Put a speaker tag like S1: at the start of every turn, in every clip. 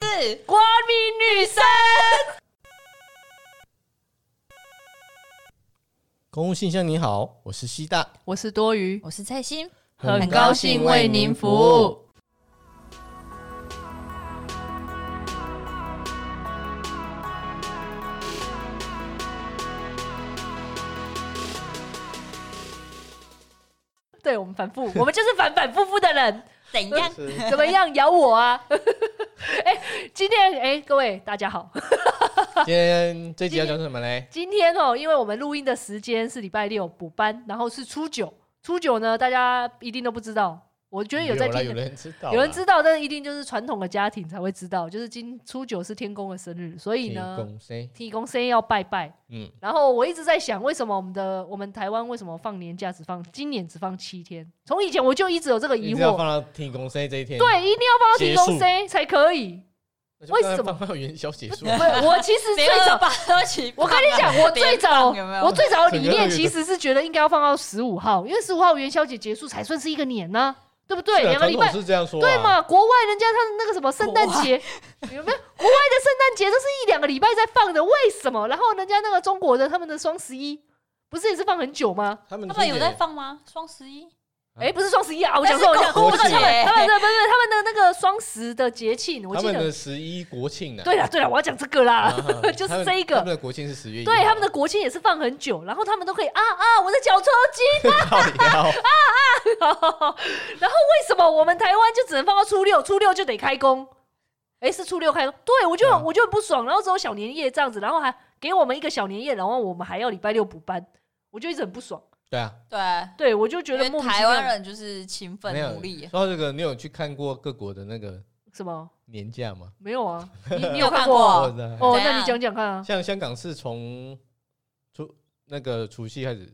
S1: 是
S2: 国民女生。
S3: 公务信箱，你好，我是西大，
S2: 我是多余，
S1: 我是蔡心，
S2: 很高兴为您服务。。对我们反 复，我们就是反反复复的人，
S1: 怎样？
S2: 怎么样咬我啊？ 哎、今天哎、各位大家好，
S3: 今天这集要讲什么嘞？
S2: 今天哦，因为我们录音的时间是礼拜六补班，然后是初九，初九呢，大家一定都不知道，我觉得有在
S3: 啦
S2: 听
S3: 有
S2: 的。
S3: 人知道啦，
S2: 有人知道，但是一定就是传统的家庭才会知道，就是今初九是天公的生日，所以
S3: 提
S2: 呢，
S3: 供谁？
S2: 提公生日要拜拜。
S3: 嗯，
S2: 然后我一直在想，为什么我们的我们台湾为什么放年假只放今年只放七天？从以前我就一直有这个疑
S3: 一定要
S2: 惑，
S3: 放到提供谁这一天？
S2: 对，一定要放到
S3: 结
S2: 提
S3: 束
S2: 公生日才可以。
S3: 那就
S2: 为
S3: 放
S2: 什么
S3: 放到元宵结束？
S2: 我我其实最
S1: 谁二
S2: 早，
S1: 八二七？
S2: 呃我跟你讲，我
S1: 别
S2: 最早
S1: 放有没有
S2: 我最早的理
S3: 整个
S2: 念
S3: 月
S2: 其实是觉得应该要放到十五号，因为十五号元宵节结束才算是一个年呢、对不对？
S3: 是啊
S2: 两个礼
S3: 传
S2: 拜
S3: 统是这样说啊，
S2: 对嘛？国外人家他的那个什么圣诞节，有没有？国外的圣诞节都是一两个礼拜在放的，为什么？然后人家那个中国的他们的双十一，不是也是放很久吗？
S3: 他们
S1: 他
S3: 他
S1: 们有在放吗？双十一？
S3: 啊
S2: 哎、不是双十一啊，我
S1: 那
S2: 讲
S1: 是
S2: 错，我讲错。
S1: 购物
S3: 国庆
S1: 节
S2: 他们的不是他们的那个双十的节庆，我
S3: 他
S2: 记
S3: 们
S2: 得
S3: 的。十一国庆呢？
S2: 对了对了，我要讲这个啦，
S3: 啊
S2: 就是
S3: 他们
S2: 这一个
S3: 他们的国庆是十月一号，
S2: 对 他们的国庆也是放很久，然后他们都可以啊啊，我的脚抽筋。
S3: 靠腰
S2: 然后为什么我们台湾就只能放到初六？初六就得开工？哎，是初六开工？对我就很、
S3: 嗯
S2: 我就很不爽。然后只有小年夜这样子，然后还给我们一个小年夜，然后我们还要礼拜六补班，我就一直很不爽。
S3: 对啊，
S1: 对，
S2: 对我就觉
S1: 因
S2: 得
S1: 为
S2: 莫名其
S1: 台
S2: 妙
S1: 湾人就是勤奋
S3: 没有
S1: 努力
S3: 说。到这个，你有去看过各国的那个
S2: 什么
S3: 年假吗？
S2: 没有啊？你你
S1: 你
S2: 有
S1: 有
S2: 看
S1: 看
S2: 过啊？
S1: 过
S3: 我的
S2: 哦，
S1: 怎
S2: 那你
S1: 样
S2: 讲讲看啊。
S3: 像香港是从除那个除夕开始，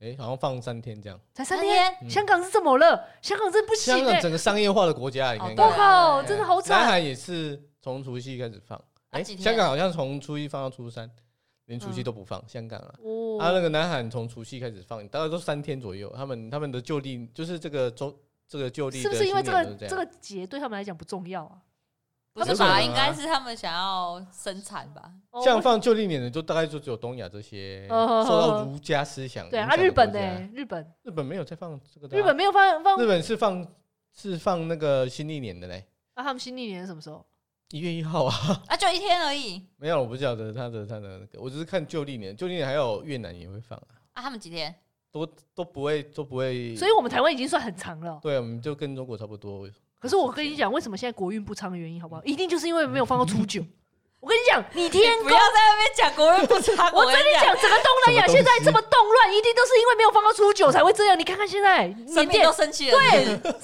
S3: 哎、好像放三天这样。
S2: 才三
S1: 三
S2: 天，
S3: 天
S2: 香港是怎么了？香港真不
S3: 香
S2: 行哎、
S3: 港整个商业化的国家，你看
S2: 我
S1: 对
S3: 看，
S2: 靠，
S1: 对
S2: 哦真的好
S3: 南
S2: 惨！
S3: 韩也是从除夕开始放，
S1: 啊
S3: 哎、
S1: 几天
S3: 香港好像从初一放到初三，连除夕都不放。香港啊，
S2: 嗯哦
S3: 啊，那个南韩从除夕开始放，大概都三天左右。他们他们的旧历就是这个周这个旧历
S2: 是
S3: 的
S2: 不是因为这
S3: 新
S2: 个
S3: 年都这
S2: 这
S3: 样
S2: 个节对他们来讲不重要啊？
S1: 不是
S3: 有可能
S1: 吧？
S3: 啊
S1: 应该是他们想要生产吧？
S2: 哦
S3: 像放旧历年的，就大概就只有东亚这些
S2: 嗯哼
S3: 受到儒家思想
S2: 对
S3: 影
S2: 啊，
S3: 响的
S2: 日本呢、
S3: 国家
S2: 日本
S3: 日本没有在放这个的啊，
S2: 日本没有放放
S3: 日本是放是放那个新历年的嘞，
S2: 啊，他们新历年是什么时候？
S3: 一月一号啊，
S1: 啊，就一天而已。
S3: 没有，我不晓得他的他的那个，我只是看旧历年，旧历年还有越南也会放啊，
S1: 啊，他们几天？
S3: 都都不会都不会，
S2: 所以我们台湾已经算很长了。
S3: 对，我们就跟中国差不多，
S2: 可是我跟你讲，为什么现在国运不昌的原因，好不好？一定就是因为没有放到初九。我跟你讲，嗯你天
S1: 你
S2: 宫，
S1: 不要在那边讲国人不差，
S2: 我
S1: 跟你
S2: 讲整个东南亚
S3: 什么东西
S2: 现在这么动乱，一定都是因为没有放到初九才会这样。你看看现在缅
S1: 生病
S2: 甸
S1: 都，生气了。对，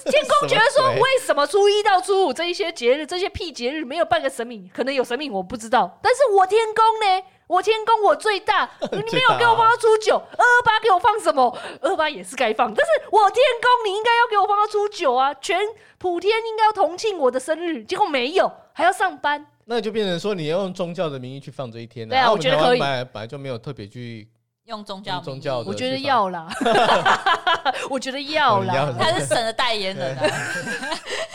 S2: 天宫觉得
S3: 什
S2: 说
S3: 么鬼
S2: 为什么初一到初五这一些节日，这些屁节日没有半个神明？可能有神明我不知道，但是我天宫呢？ 我天宫我 最大，你没有给我放到初九，二二八给我放什么？啊二八也是该放，但是我天宫你应该要给我放到初九啊！全普天应该要同庆我的生日，结果没有，还要上班。
S3: 那就变成说你要用宗教的名义去放这一天、
S2: 对啊
S3: 啊
S2: 我
S3: 们
S2: 觉得
S3: 台湾
S2: 可以
S3: 本来本来就没有特别去，
S1: 用宗教名义，
S3: 宗教的
S2: 我觉得
S3: 去放
S2: 要 啦， 我觉得
S3: 要
S2: 要啦
S3: 啦，
S1: 他是神的代言人啊。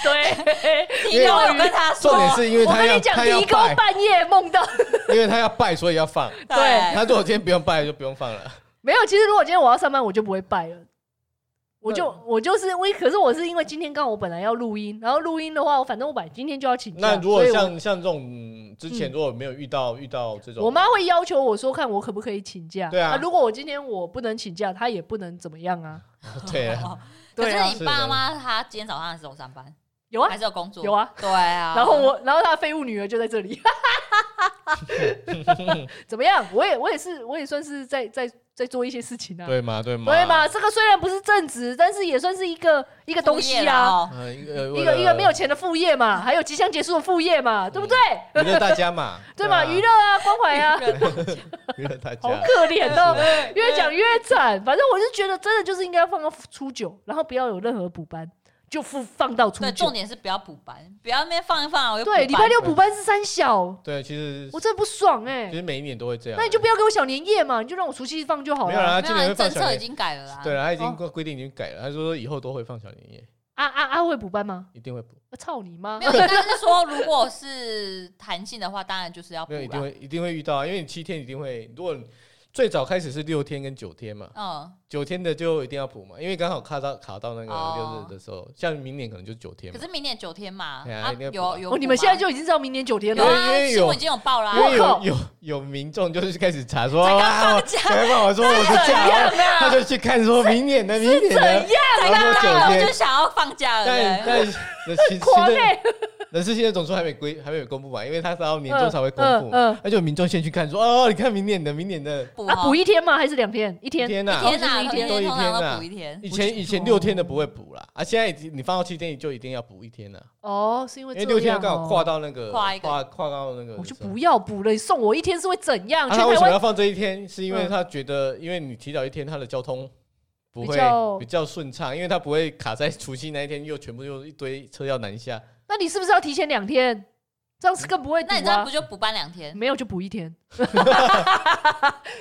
S2: 对。
S1: 因为我有跟他说，
S3: 重点 是因为
S2: 我
S3: 他
S2: 跟
S3: 要
S2: 你讲，
S3: 他要
S2: 提供
S3: 拜，
S2: 半夜梦到
S3: 因为他要拜，所以要放。
S1: 对
S3: 他如果今天不用拜，就不用放了。
S2: 没有，其实如果今天我要上班，我就不会拜了。我就
S3: 嗯
S2: 我就是我，可是我是因为今天刚好我本来要录音，然后录音的话，我反正我本来今天就要请 假。
S3: 那如果
S2: 所以我
S3: 像像这种嗯之前如果没有遇到遇到这种，
S2: 我妈会要求我说，看我可不可以请假。
S3: 对啊
S2: 如果我今天我不能请假，她也不能怎么样啊。
S3: 对啊，
S1: 可
S2: 对啊
S1: 是你爸妈他今天早上还是有上班，
S2: 有啊
S1: 还，是有工作？
S2: 有啊。
S1: 对啊。
S2: 然后我，然后她的废物女儿就在这里， 怎么样？我也我也是我也算是在在在做一些事情 啊，
S3: 对嘛对嘛
S2: 对嘛？这个虽然不是正职，但是也算是一个一个东
S1: 副
S2: 西
S1: 业啦
S2: 啊。
S1: 哦，
S3: 呃，一个
S2: 一个一个没有钱的副业 嘛，还有即将结束的副业嘛，对不对？，
S3: 娱乐大家嘛
S2: 对嘛，娱乐啊，关怀 啊，
S3: 娱乐大
S2: 好
S3: 家。
S2: 可怜哦，越讲越惨。反正我是觉得，真的就是应该放到初九，然后不要有任何补班，就放放到初
S1: 对，
S2: 九
S1: 重。点是不要补班，不要那边放一放，我又
S2: 对，
S1: 补
S2: 礼
S1: 班
S2: 拜六补班是三小，
S3: 对，其实
S2: 我真的不爽哎
S3: 其。实每一年都会这样。啊
S2: 那你就不要给我小年夜嘛，你就让我除夕放就好
S3: 没有
S2: 了。
S3: 啦，
S1: 没
S3: 今
S1: 有
S3: 年
S1: 啊
S3: 会
S1: 政
S3: 放小
S1: 策已
S3: 年。
S1: 经改了啦。
S3: 对，了，他已经
S2: 哦
S3: 规定已经改了，他说以后都会放小年夜。
S2: 啊啊啊会补班吗？
S3: 一定会补，
S2: 啊操你妈！
S1: 没有，但是说如果是弹性的话，当然就是要
S2: 哦
S1: 补啊
S3: 没有一定
S1: 啦。
S3: 会一定会遇到啊，因为你七天一定会，如果你最早开始是六天跟九天嘛，
S1: 嗯，
S3: 九天的就一定要补嘛，因为刚好卡到卡到那个
S1: 哦
S3: 六日的时候，像明年可能就九天
S1: 可
S3: 嘛
S1: 是，明年九天嘛，
S3: 对啊
S1: 啊
S3: 一定要补啊
S1: 有有补
S2: 哦，
S1: 吗，
S2: 你们现在就已经知道明年九天
S1: 有
S2: 了，
S1: 啊
S3: 因，为有
S1: 新闻已经有报啦
S3: 因。为
S2: 我靠
S3: 有有有民众就是开始查说
S1: 才刚
S3: 啊，我
S1: 放假
S3: 才放我说我的
S2: 怎
S3: 假
S2: 样
S3: 了，他
S2: 啊？
S3: 就去看说明年的明年
S2: 怎
S3: 的，
S2: 样？啊
S1: 才
S3: 然
S1: 刚
S3: 后说
S1: 放
S3: 九
S1: 完
S3: 天
S1: 就，想要放 假了，对
S3: 但
S1: 不对
S3: 但那新
S2: 狂
S3: 新的
S2: 欸
S1: 啊
S3: 人事现在总数还没归，还没有公布嘛，因为他是到年终才会公布嘛。
S2: 嗯嗯，
S3: 而且民众先去看说，哦，你看明年的，明年的
S1: 补哦
S2: 啊
S1: 哈
S2: 补一天吗？还是两天？一天？啊哦
S3: 天呐、
S1: 天呐，
S2: 一
S1: 一
S2: 天
S1: 天
S3: 多一
S1: 通常
S3: 天
S1: 都
S3: 啊
S1: 补一天，
S3: 以前以前六天的不会补啦，啊，现在已经你放到七天，你就一定要补一天了，
S2: 哦，是因为
S3: 因为
S2: 这样
S3: 六天要刚好
S2: 哦
S3: 跨到那个
S1: 跨一个
S3: 跨跨到那个。
S2: 我就不。要补了，你送我一天是会怎样？
S3: 啊、
S2: 全
S3: 他为
S2: 台
S3: 什么要
S2: 湾
S3: 放这一天？是因为
S2: 嗯
S3: 他觉得，因为你提早一天，他的交通不
S2: 比
S3: 会
S2: 较
S3: 比较顺畅，因为他不会卡在除夕那一天，又全部又一堆车要南下。
S2: 那你是不是要提前两天？这样是更不会、啊。
S1: 那你这样不就补班两天？
S2: 没有就补一天，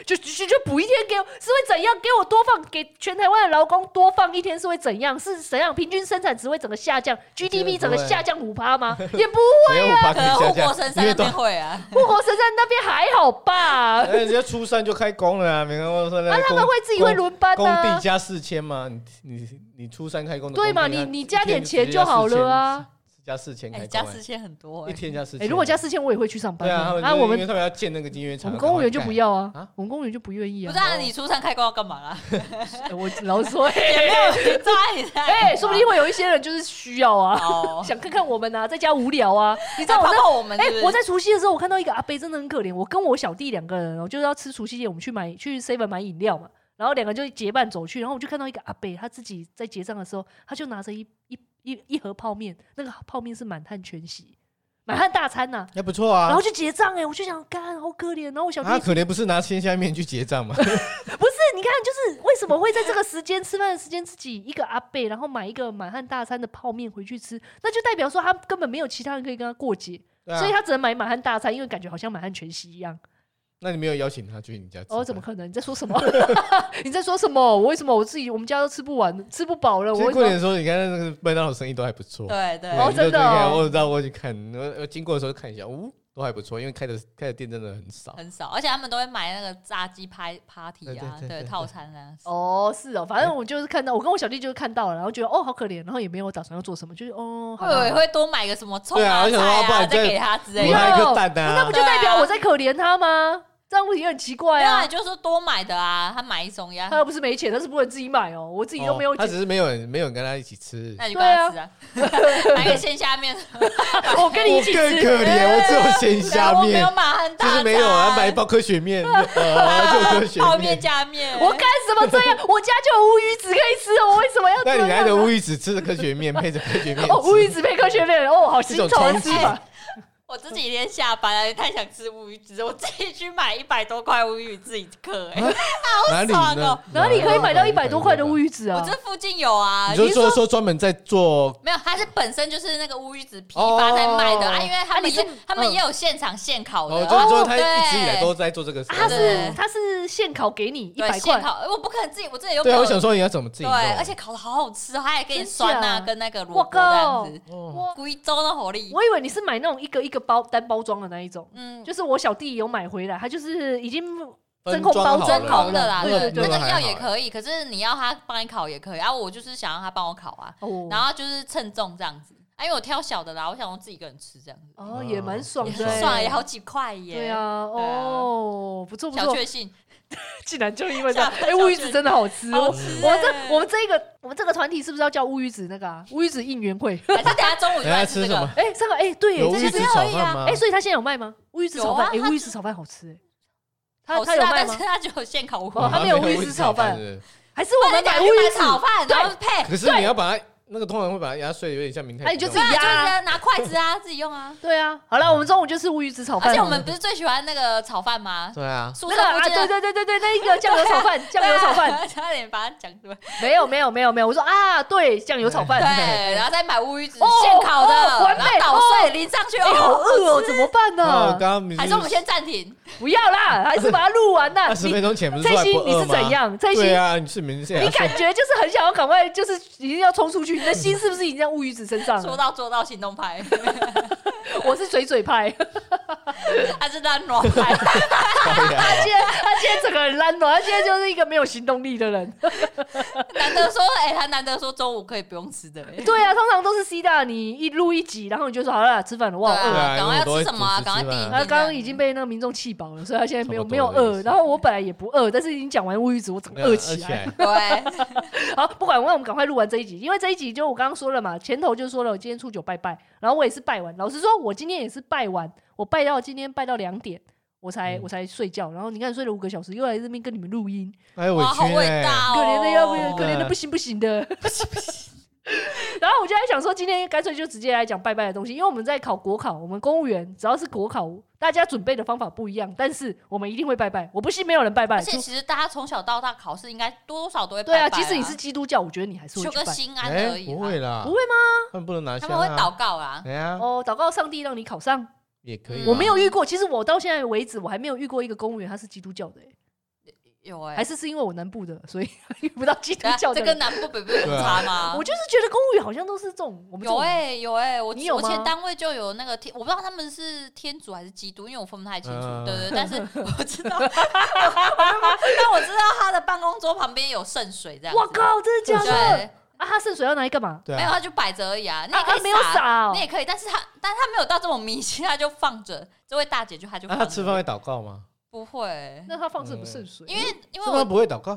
S2: 就就就补一天给我是会怎样？给我多放给全台湾的劳工多放一天是会怎样？是怎样？平均生产值会整个下降，GDP 整个下降五趴吗？也不，
S3: 没有把
S1: 可
S3: 你
S1: 能护
S3: 下
S1: 国
S3: 降
S1: 神，
S3: 因
S1: 山
S3: 为
S1: 那
S3: 都
S1: 边会 啊，
S2: 护国神山那边还好吧？
S3: 哎人家初三就开工了啊，没看过说那
S2: 啊，
S3: 个
S2: 他
S3: 工
S2: 们会自己会轮班
S3: 工地
S2: 啊，
S3: 加四千吗？你你你初三开工的工
S2: 对
S3: 地
S2: 嘛？
S3: 它
S2: 你你
S3: 一
S2: 加
S3: 天
S2: 点
S3: 直
S2: 钱
S3: 接
S2: 就
S3: 加
S2: 好
S3: 4000
S2: 了，啊。
S3: 加四千
S1: 哎，
S3: 开
S1: 加
S3: 工
S1: 四千很多
S3: 哎，一
S1: 哎，
S3: 天加四
S2: 哎，
S3: 千。
S2: 如果加四千，我也会去上班
S3: 对啊，他
S2: 啊。
S3: 们就
S2: 啊，
S3: 是
S2: 我
S3: 因为
S2: 们
S3: 他们要建那个音乐
S2: 我
S3: 场，
S2: 们公务员就不要
S3: 赶快
S2: 啊
S3: 啊，
S2: 我们公务员就不愿意
S1: 不
S2: 啊
S1: 是。啊？你初三开工要干嘛啦？
S2: 哎我老实 说，
S1: 也没有人在你在哦干嘛，
S2: 哎，说不定会有一些人就是需要啊。
S1: 哦，
S2: 想看看我们啊，在家无聊啊。你
S1: 你
S2: 知道我
S1: 泡
S2: 在
S1: 泡我们
S2: 哎、
S1: 是不是
S2: 我在除夕的时候，我看到一个阿伯真的很可怜。我跟我小弟两个人哦，我就是要吃除夕夜，我们去买去 seven 买饮料嘛，然后两个就结伴走去，然后我就看到一个阿伯，他自己在结账的时候，他就拿着一一一一盒泡面，那个泡面是满汉全席，满汉大餐呐、
S3: 还不错
S2: 然
S3: 啊
S2: 后。去结账哎、我就想干好可怜。然后我小弟、
S3: 啊，可怜不是拿鲜虾面去结账 嘛？
S2: 不是你看，就是为什么会在这个时间吃饭的时间自己一个阿伯，然后买一个满汉大餐的泡面回去吃，那就代表说他根本没有其他人可以跟他过节。
S3: 对啊
S2: 所以他只能买满汉大餐，因为感觉好像满汉全席一样。
S3: 那你没有邀请他去你家吃饭？
S2: 哦，怎么可能？你在说什 么？你在说什么？我为什么我自己我们家都吃不完，吃不饱了？
S3: 其
S2: 我
S3: 实
S2: 为什
S3: 过年
S2: 么？
S3: 的时候，你看那个麦当劳生意都还不错。
S1: 对对
S3: 对，
S2: 哦
S3: 你就
S2: 真的
S3: 去看
S2: 哦
S3: 我有知道我去看，我我经过的时候看一下，呜，都还不错，因为开的开的店真的很少。
S1: 很少，而且他们都会买那个炸鸡拍 party 啊，
S3: 对对对对
S1: 对套餐啊，
S2: 哦，是哦，反正我就是看到，我跟我小弟就是看到了，然后觉得哦好可怜，然后也没有打算要做什么，就是哦好
S1: 会
S2: 啦
S1: 有会多买个什么葱
S3: 对啊我
S1: 啊、
S3: 想说
S1: 菜
S3: 不然
S1: 啊，
S3: 你再
S1: 再给他之
S3: 补
S1: 类的。
S3: 他一颗蛋
S2: 哦那不
S3: 啊！
S2: 就代表
S1: 对啊
S2: 我在可怜他吗？这样不也很奇怪
S1: 没有，
S2: 啊
S1: 你？就说多买的啊，他买一送一啊
S2: 他，又不是没钱，他是不能自己买哦，我自己都没有
S3: 哦他
S2: 钱，
S3: 只是没有人没有人跟他一起吃。
S1: 那你就跟他吃啊， 买个鲜虾面，
S2: 我跟你一起
S3: 我哦更
S2: 吃。
S3: 可怜，我只有鲜虾
S1: 我没
S3: 面
S1: 有，马汉大
S3: 就
S1: 餐，
S3: 是没有啊，买一包科学面，呃，就科学
S1: 泡面
S3: 面。
S1: 加面，
S2: 我干什么这 样？我家就有乌鱼子可以吃了，我为什么要这
S3: 那
S2: 样呢？
S3: 你拿着乌鱼子吃的科学面，配着科学面
S2: 哦，乌鱼
S3: 吃，
S2: 子配科学面，哦，好新
S3: 这种
S2: 潮的
S3: 冲
S2: 吃
S3: 击
S2: 法。
S1: 我这几天下班了，也太想吃乌鱼子，我自己去买一百多块乌鱼自己嗑，哎，
S3: 哪里
S1: 爽
S3: 呢
S1: 哦？
S2: 哪里可以买到一百多块的乌
S3: 鱼？
S2: 鱼子
S1: 我
S2: 啊
S1: 这？附近有啊，
S3: 你就说说专门在做
S1: 没有，它是本身就是那个乌鱼子批发在卖的、
S3: 哦
S1: 啊，因为他
S2: 啊你
S1: 们
S2: 是
S1: 也、他们
S2: 嗯
S1: 也有现场现烤的
S3: 哦，
S1: 啊，
S3: 就是说他
S1: 对
S3: 一直以来都在做这个事
S2: 啊。它是
S1: 对
S2: 它是现烤给你一
S1: 对
S2: 百
S1: 现
S2: 块，
S1: 烤，我不可能自己，我这里又没
S3: 对
S1: 有
S3: 啊，我想说你要怎么自己
S1: 对，
S3: 弄？
S1: 而且烤的好好吃哦，它还给你
S2: 真
S1: 酸啊，
S2: 假
S1: 跟那个萝
S2: 我
S1: 卜这样子，
S3: 哦，
S2: 我
S1: 贵州的火力，
S2: 我以为你是买那种一个一个包单包装的那一种，
S1: 嗯，
S2: 就是我小弟有买回来，他就是已经真
S3: 分
S2: 空
S3: 装
S2: 包
S3: 好
S2: 真
S1: 真
S3: 了
S2: 空
S1: 空的啦，
S2: 对
S1: 对
S2: 对对
S1: 那
S3: 那
S1: 个
S3: 还
S1: 要
S3: 好
S1: 也可以，可是你要他帮你烤也可以，然、啊、后我就是想让他帮我烤啊，
S2: 哦
S1: 然后就是称重这样子，啊，因为我挑小的啦，我想我自己一个人吃这样子，
S2: 哦也蛮爽
S1: 也
S2: 的
S1: 很
S2: 欸，
S1: 爽啊，也好几块耶，
S2: 对，啊，哦不错不
S1: 小
S2: 错，
S1: 确幸，
S2: 竟然就因为这样，
S1: 小
S2: 哎乌鱼子真的好吃
S1: 好
S2: 哦。
S1: 吃
S2: 我
S1: 欸、
S2: 们这我们这一个我们这个团体是不是要叫乌鱼子那个啊？乌鱼子应援会？
S1: 还是等下中午就
S3: 等下
S1: 来
S3: 吃
S1: 这
S3: 什
S1: 个
S3: 么？
S2: 哎，这个哎对耶，
S3: 有乌
S2: 这
S3: 鱼
S2: 就
S3: 子
S2: 是
S3: 炒饭吗？
S2: 哎，所以他现在有卖吗？乌鱼子
S1: 有
S2: 炒饭，
S1: 啊
S2: 哎
S1: 他
S2: 乌鱼
S1: 就
S2: 子炒饭好吃欸，他
S1: 好
S2: 他
S1: 吃
S2: 有
S1: 啊，
S2: 卖
S1: 但
S2: 吗
S1: 是？它只有现烤乌
S2: 哦
S1: 龟。
S2: 他没有乌鱼子炒饭
S3: 是
S2: 还是
S1: 不
S2: 我
S1: 然
S2: 们
S1: 你
S2: 买
S1: 讲
S2: 乌
S1: 去
S2: 鱼
S1: 买
S2: 子
S1: 炒饭，
S2: 对
S1: 然后配
S3: 不，是？可是你要把它那个通常会把它压碎，有点像明太子。
S2: 哎你就自
S1: 对啊，
S2: 己
S1: 就
S2: 压啊
S1: 是拿筷子啊，自己用 啊。
S2: 对啊，好了，我们中午就是乌鱼子炒饭。
S1: 而且我们不是最喜欢那个炒饭 吗？
S3: 对啊，
S1: 宿
S2: 那
S1: 舍
S2: 个啊，
S1: 附近
S2: 对
S1: 的
S2: 对对对对，那一个酱油 炒饭，酱油炒饭，，
S1: 对啊差点把它讲出来。
S2: 没有没有没有没有，我说啊，对，酱油炒饭，
S1: 对，然后再买乌鱼子
S2: 哦
S1: 现烤的，
S2: 哦完
S1: 然
S2: 美
S1: 后捣碎淋上去。
S2: 哎，好
S1: 哦，
S2: 饿哦，怎么办
S3: 那我
S2: 呢
S3: 啊刚？刚你啊
S1: 还是我们先暂停，
S2: 不要啦，还是把它录完 啦。
S3: 二十
S2: 你
S3: 分钟前不是说
S2: 蔡
S3: 还
S2: 心
S3: 不
S2: 你
S3: 饿
S2: 是
S3: 吗？
S2: 怎样？蔡 心
S3: 对，啊，你是没这样
S2: 你。感觉就是很想要赶快，就是已经要冲出去去，你的心是不是已经在乌鱼子身上
S1: 说
S2: 了？
S1: 到做到，行动派，
S2: 我是嘴嘴派，
S1: 他是烂软派。
S2: 他
S3: 啊
S2: 现在他现在整个人烂了，他现在就是一个没有行动力的人。
S1: 难得说，哎、他难得说中午可以不用吃的、哎
S2: 对啊，通常都是 C 大，你一录一集，然后你就说好了，吃饭了，我好
S1: 对
S2: 饿。
S1: 啊，
S3: 啊
S1: 赶快要
S3: 因为我都会
S1: 吃什么啊？
S3: 煮
S1: 赶快
S3: 吃
S1: 订一
S3: 饭
S1: 订。
S3: 啊
S2: 他刚刚已经被那个民众气饱了，所以他现在没有
S3: 差不多
S2: 没有
S3: 类
S2: 饿。
S3: 似
S2: 然后我本来也不饿，但是已经讲完乌鱼子，我整个饿
S3: 起
S2: 起来。
S3: 来，
S1: 对，
S2: 好，不管，那我们赶快录完这一集，因为这一集就我刚刚说了嘛，前头就说了，我今天初九拜拜，然后我也是拜完。老实说，我今天也是拜完，我拜到今天拜到两点，我才、
S3: 嗯
S2: 我才睡觉。然后你看睡了五个小时，又来这边跟你们录音，
S3: 哎，委
S1: 哇，好
S3: 屈
S1: 伟
S3: 嘞，
S1: 大哦！
S2: 可怜的要不可
S3: 对
S2: 怜的不行不行的，不行不行。 然后我就在想说，今天干脆就直接来讲拜拜的东西，因为我们在考国考，我们公务员只要是国考，大家准备的方法不一样，但是我们一定会拜拜。我不信没有人拜拜，
S1: 而且
S2: 就
S1: 其实大家从小到大考试应该多多少都会拜
S2: 对啊，
S1: 拜
S2: 即使你是基督教，我觉得你还是会
S1: 求
S2: 去
S1: 个
S2: 拜。嗯
S1: 心安而
S3: 哎，
S1: 已
S3: 不
S1: 啦。
S3: 会啦，
S2: 不会
S3: 吗？他们不能拿
S1: 他
S3: 香
S1: 们
S3: 啊，
S1: 会祷告啦，
S3: 哎呀，
S2: 哦，祷告上帝让你考上。
S3: 也可以
S1: 嗯
S3: 啊，
S2: 我没有遇过，其实我到现在为止，我还没有遇过一个公务员他是基督教的、
S1: 哎
S2: 欸，
S1: 有哎、
S2: 还是是因为我南部的，所以 遇不到基督
S1: 等下
S2: 教的
S1: 这
S2: 人。
S1: 跟南部北部有差吗
S2: 我？就是觉得公务员好像都是这种，我们这
S1: 有
S2: 种
S1: 哎、有哎、我
S2: 你有
S1: 我
S2: 吗
S1: 前单位就有那个天，我不知道他们是天主还是基督，因为我分不太清楚。
S3: 嗯
S1: 对对，对但是我知道，但我知道他的办公桌旁边有圣水这样子。
S2: 我靠，真的假的？
S1: 对，
S2: 啊，他圣水要拿来干嘛？
S3: 对
S1: 没有
S3: 啊，
S1: 他就摆着而已啊，你
S2: 啊
S1: 也可
S2: 啊，
S1: 以
S2: 没有撒
S1: 你
S2: 哦。
S1: 也可以，但是他，但他没有到这种迷信，他就放着。这位大姐就他就
S3: 那
S1: 放
S3: 他
S1: 着
S3: 啊吃饭会祷告吗？
S1: 不会，
S2: 那他放什么圣水？
S1: 因为因为
S3: 吃饭
S1: 我
S3: 不会祷告，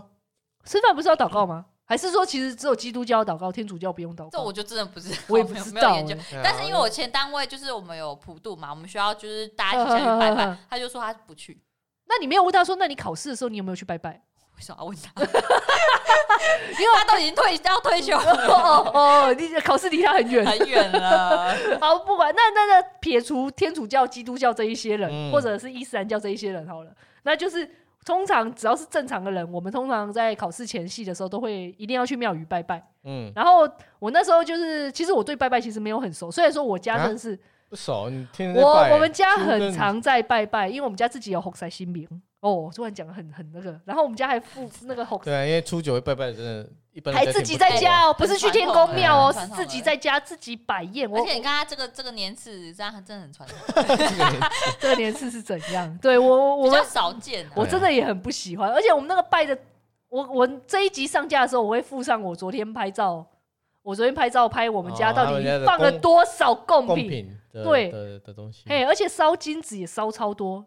S2: 吃饭不是要祷告吗？还是说其实只有基督教要祷告，天主教不用祷
S1: 这我
S2: 告？
S1: 就真的不是，
S2: 我也不
S1: 没有
S2: 知
S1: 没有
S2: 道
S1: 研究
S3: 哎
S2: 欸。
S1: 啊但是因为我前单位就是我们有普渡嘛，我们需要就是大家一起 下去拜拜，他就说他不去，
S2: 那你没有问他说，那你考试的时候你有没有去 拜拜？
S1: 为什么要问他？因为他都已经退要退休
S2: 哦哦哦，你考试离他很远。
S1: 很远 了，
S2: 好，不管那那那撇除天主教、基督教这一些人，
S3: 嗯
S2: 或者是伊斯兰教这一些人好了，那就是通常只要是正常的人，我们通常在考试前夕的时候都会一定要去庙宇拜拜。
S3: 嗯，
S2: 然后我那时候就是，其实我对拜拜其实没有很熟，虽然说我家
S3: 啊
S2: 真的是、
S3: 不熟，你天天在拜
S2: 我我们家
S3: 猪
S2: 很
S3: 跟
S2: 常在拜拜，因为我们家自己有红塞新饼哦，突然讲得很很那个，然后我们家 还附那个红
S3: 对啊，因为初九会拜拜，真的，一般人
S2: 还
S3: 家
S2: 自
S3: 庭
S2: 己
S3: 不
S2: 在
S3: 多
S2: 家哦，
S1: 很
S2: 不是去
S1: 传
S2: 天
S1: 统
S2: 宫
S1: 的
S2: 庙
S1: 很
S2: 哦，是
S1: 传
S2: 自
S1: 统
S2: 己
S1: 的
S2: 在家自己摆宴。我
S1: 而且你看他这个这个年次，这样真的很传统，
S2: 这个年次是怎样？对我 我
S1: 比
S2: 我们
S1: 较少见啊。
S2: 我真的也很不喜欢。而且我们那个拜的，我我这一集上架的时候，我会附上我昨天拍照，我昨天拍照拍我们家
S3: 哦
S2: 到
S3: 他们
S2: 底
S3: 家的
S2: 放了
S3: 贡
S2: 多少贡
S3: 贡
S2: 品，
S3: 品的
S2: 对
S3: 的的东西，
S2: 嘿，而且烧金纸也烧超多，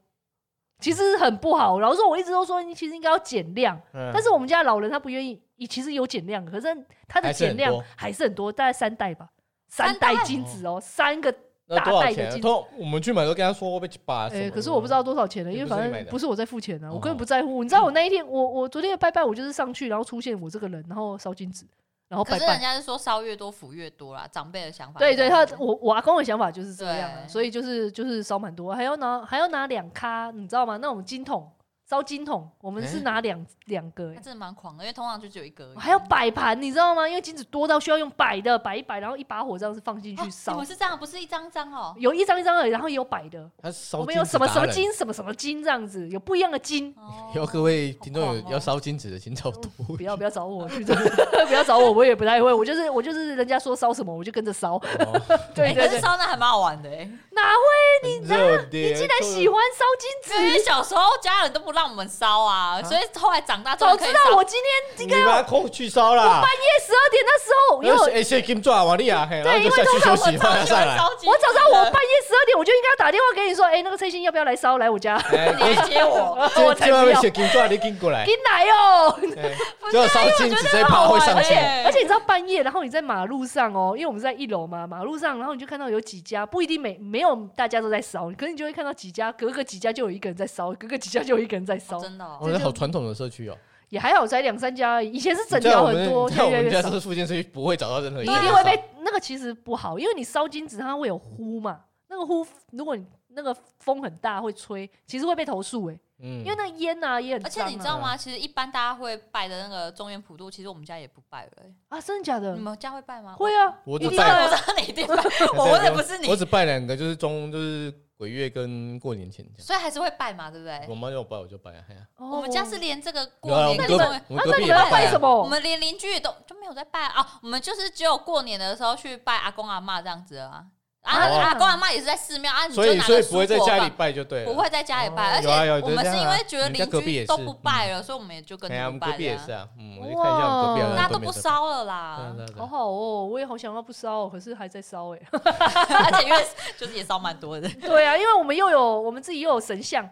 S2: 其实很不好。然后说我一直都说，你其实应该要减量，
S3: 嗯，
S2: 但是我们家老人他不愿意，也其实有减量，可是他的
S3: 还是
S2: 减
S3: 很
S2: 量
S3: 多
S2: 还是很多，大概三袋吧，
S1: 三
S2: 三
S1: 袋
S2: 袋金纸哦，三个。
S3: 那
S2: 大
S3: 多
S2: 袋
S3: 少
S2: 的
S3: 钱啊？
S2: 金
S3: 通我们去买都跟他说会被把，
S2: 哎、可是我不知道多少钱了，
S3: 也
S2: 因为
S3: 不
S2: 反
S3: 是你买
S2: 正
S3: 的
S2: 不是我在付钱啊，我根本
S3: 哦
S2: 不在乎。你知道我那一天，我我昨天的拜拜，我就是上去，然后出现我这个人，然后烧金纸，然后
S1: 可
S2: 拜
S1: 是人
S2: 拜。
S1: 家是说烧越多福越多啦，长辈的想法是
S2: 对
S1: 这
S2: 对，
S1: 样。
S2: 他我我阿公的想法就是这
S1: 啊对
S2: 样啊，所以就是就是烧蛮多，还要拿还要拿两咖，你知道吗？那种金桶烧金桶，我们是
S3: 哎
S2: 拿两两、个、
S1: 他
S2: 欸，
S1: 真的蛮狂的，因为通常就只有一个而已。啊
S2: 还要摆盘，你知道吗？因为金纸多到需要用摆的，摆一摆，然后一把火这样子放进
S1: 哦
S2: 去
S1: 你
S2: 烧。
S1: 们是这样，不是一张张 哦。
S2: 有一张一张的，然后也有摆的，
S3: 他烧
S2: 我们有
S3: 金
S2: 什么
S3: 纸
S2: 什
S3: 达
S2: 么
S3: 人，
S2: 金，什么什么金这样子，有不一样的金，
S1: 哦
S3: 有各位听众
S1: 好
S3: 有
S1: 狂哦
S3: 要烧金纸的，请找多一
S2: 不要不要找我去， 不要找我，我也不太会。我就是我就是人家说烧什么我就跟着烧，
S3: 点哦，
S2: 对
S1: 哎可是
S2: 对对，
S1: 烧那还蛮好玩的哎，
S2: 哪会
S3: 你热点，你
S2: 竟然喜欢烧金
S1: 因
S2: 纸？
S1: 为小时候家人都不让我们烧啊，
S3: 啊
S1: 所以后来长大之
S2: 早
S1: 后可
S2: 知
S1: 以
S2: 道
S1: 烧。
S2: 我今天
S3: 你把它空去烧啦。
S2: 夜十二点那时候，因为
S3: 那
S2: 我
S3: 是哎，先金抓瓦利亚，嘿，然后
S2: 因为
S3: 就下去休
S1: 我
S3: 息，
S1: 超
S3: 放
S1: 喜
S3: 下
S1: 欢
S3: 来。哎
S1: 烧金
S2: 我早知道
S1: 纸
S2: 我
S1: 的
S2: 半夜十二点我就应该打电话给你说，哎，那个崔鑫要不要来烧来我 家？
S3: 哎，
S1: 你来接我，哦
S2: 我
S3: 今
S2: 才
S3: 今晚
S2: 不
S3: 被
S2: 要
S3: 写金啊抓，你跟过来
S2: 你。来哦！
S3: 哎
S1: 不是
S3: 就烧
S1: 我
S3: 金
S1: 觉
S3: 纸
S1: 得
S3: 这一
S1: 很
S3: 趴
S1: 好
S3: 会
S1: 玩
S3: 上线，
S1: 欸
S2: 而且你知道半夜，然后你在马路上哦，因为我们是在一楼嘛，马路上，然后你就看到有几家，不一定每没有大家都在烧，可是你就会看到几家，隔个几家就有一个人在烧，隔个几家就有一个人在烧
S1: 哦，真的哦
S3: 我们好传统的社区哦，
S2: 也还好才两三家而已，以前是整
S3: 你在
S2: 条
S3: 我
S2: 很
S3: 们
S2: 多，
S3: 你
S2: 现
S3: 在我
S2: 在越来
S3: 们
S2: 越
S3: 家
S2: 少
S3: 这。附近社区不会找到任何一个
S2: 你一
S3: 人
S2: 定
S1: 啊
S3: 烧，
S2: 会被那个其实不好，因为你烧金纸它会有呼嘛，那个呼如果你那个风很大会吹，其实会被投诉哎、
S3: 嗯
S2: 因为那个烟啊也很
S1: 而
S2: 脏、
S1: 且
S2: 啊。
S1: 你知道吗？其实一般大家会拜的那个中原普渡，其实我们家也不拜了欸。
S2: 啊，真的假的
S1: 你？们家会拜吗？
S2: 会啊，
S3: 我
S2: 一
S3: 只
S2: 定
S3: 拜
S2: 会
S1: 我
S2: 啊
S1: 知道你一定拜，我问的不是你
S3: 我。只拜两个，就是中就是鬼月跟过年前这样。
S1: 所以还是会拜嘛，对不对
S3: 我？妈要拜我就拜啊，哎呀，
S2: 哦
S1: 我们家是连这个过
S3: 有啊我
S1: 年
S3: 们
S1: 跟
S3: 隔
S1: 中
S3: 壁
S1: 元
S3: 我
S2: 啊
S3: 们，
S2: 那
S3: 隔壁
S2: 你
S3: 也
S2: 们要拜
S3: 拜
S2: 什
S3: 啊。
S2: 么？
S1: 我们连邻居也都就没有在拜啊，我们就是只有过年的时候去拜阿公阿妈这样子啊。啊，
S3: 哦
S1: 阿公阿妈也是在寺庙啊，你
S3: 所
S1: 就
S3: 以
S1: 拿
S3: 所以
S1: 个
S3: 不会在
S1: 蔬果
S3: 家里
S1: 放，
S3: 拜就对
S1: 不
S3: 了。
S1: 会在家里
S3: 哦
S1: 拜，而
S3: 有啊有
S1: 且我们
S3: 这
S1: 是
S3: 样啊
S1: 因为觉得
S3: 你家
S1: 邻
S3: 隔壁
S1: 居
S3: 也
S1: 都
S3: 是
S1: 不拜了，所以我们也就跟
S3: 哎呀，
S1: 他
S3: 我
S1: 们
S3: 们
S1: 拜
S3: 隔壁也
S1: 了
S3: 是
S1: 啊，
S3: 啊，嗯，我就看一下我们隔壁好像
S1: 大家都
S3: 没
S1: 不
S3: 有在拜。
S1: 烧了
S3: 对
S1: 啦
S3: 啊，对啊对啊
S2: 好好哦，我也好想要不烧哦，可是还在烧哎。
S1: 而且因为就是也烧蛮多的，
S2: 对啊，因为我们又有我们自己又有神像，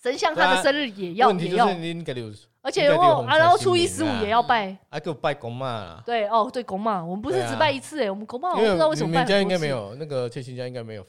S2: 神像他的生日也要
S3: 啊问题
S2: 也
S3: 就是
S2: 要，
S3: 你给有
S2: 而且如果
S3: 应该得有红
S2: 啊，
S3: 色
S2: 然后
S3: 心
S2: 初一
S3: 灵
S2: 十五
S3: 啊
S2: 也要拜。
S3: 啊给我拜公妈啦。
S2: 对哦，对公妈，我们不是
S3: 对啊
S2: 只拜一次哎，我们公妈我不
S3: 因为
S2: 知道为什
S3: 你
S2: 么拜
S3: 们
S2: 很
S3: 家
S2: 多
S3: 应该没
S2: 次。
S3: 有，那个翠欣家应该没有，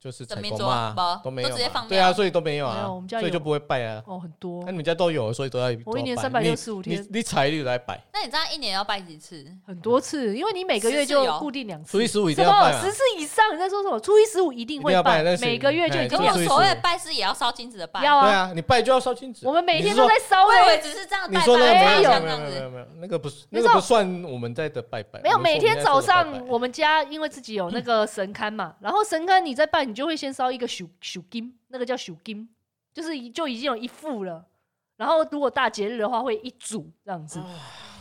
S3: 就是采
S1: 整面
S3: 公
S1: 桌
S3: 嘛，
S1: 不
S3: 都没有嘛，
S1: 都直接放
S3: 对啊，
S1: 庙
S3: 所以都没有
S2: 没
S3: 啊，
S2: 有我们家
S3: 所以
S2: 有
S3: 就不会拜啊。
S2: 哦，很多
S3: 那你们家都有，所以都要
S2: 我一年
S3: 都要拜
S2: 365
S3: 你
S2: 天
S3: 你你财力来拜，
S1: 那你这样一年要拜几次？
S2: 很多次，因为你每个月
S1: 十次
S2: 就
S1: 有
S2: 固定两次。
S3: 初一十五一定
S2: 什
S3: 要
S2: 么
S3: 拜嘛
S2: 十。次以上？你在说什么？初一十五一定
S3: 一定
S2: 会
S3: 要拜但是
S2: 每个月就一
S3: 哎
S1: 可
S2: 定
S1: 是
S3: 这
S2: 要
S1: 我
S3: 个
S1: 所谓的拜是也要烧金子的拜，
S2: 要
S3: 对
S2: 啊，
S3: 啊，你拜就要烧金纸。
S2: 我们每
S3: 你
S2: 天
S3: 是
S2: 都
S3: 说
S2: 在烧
S1: 我以
S2: 哎
S1: 为，只是这样
S3: 你
S1: 拜
S3: 说那
S1: 拜
S3: 个
S1: 拜
S2: 没
S3: 没
S2: 有
S1: 像这
S3: 有没有
S1: 样
S3: 没有
S1: 子，
S3: 没有，那个不是
S2: 你
S3: 那
S2: 知
S3: 个
S2: 道
S3: 不算我们在的拜拜。
S2: 没有，
S3: 我们
S2: 每
S3: 说
S2: 天早
S3: 我
S2: 上
S3: 们在做的
S2: 我们家因为自己有那个神龛嘛，然后神龛你在拜，你就会先烧一个鼠鼠金，那个叫鼠金，就是已就已经有一副了。然后如果大节日的话，会一组这样
S3: 哦
S2: 子，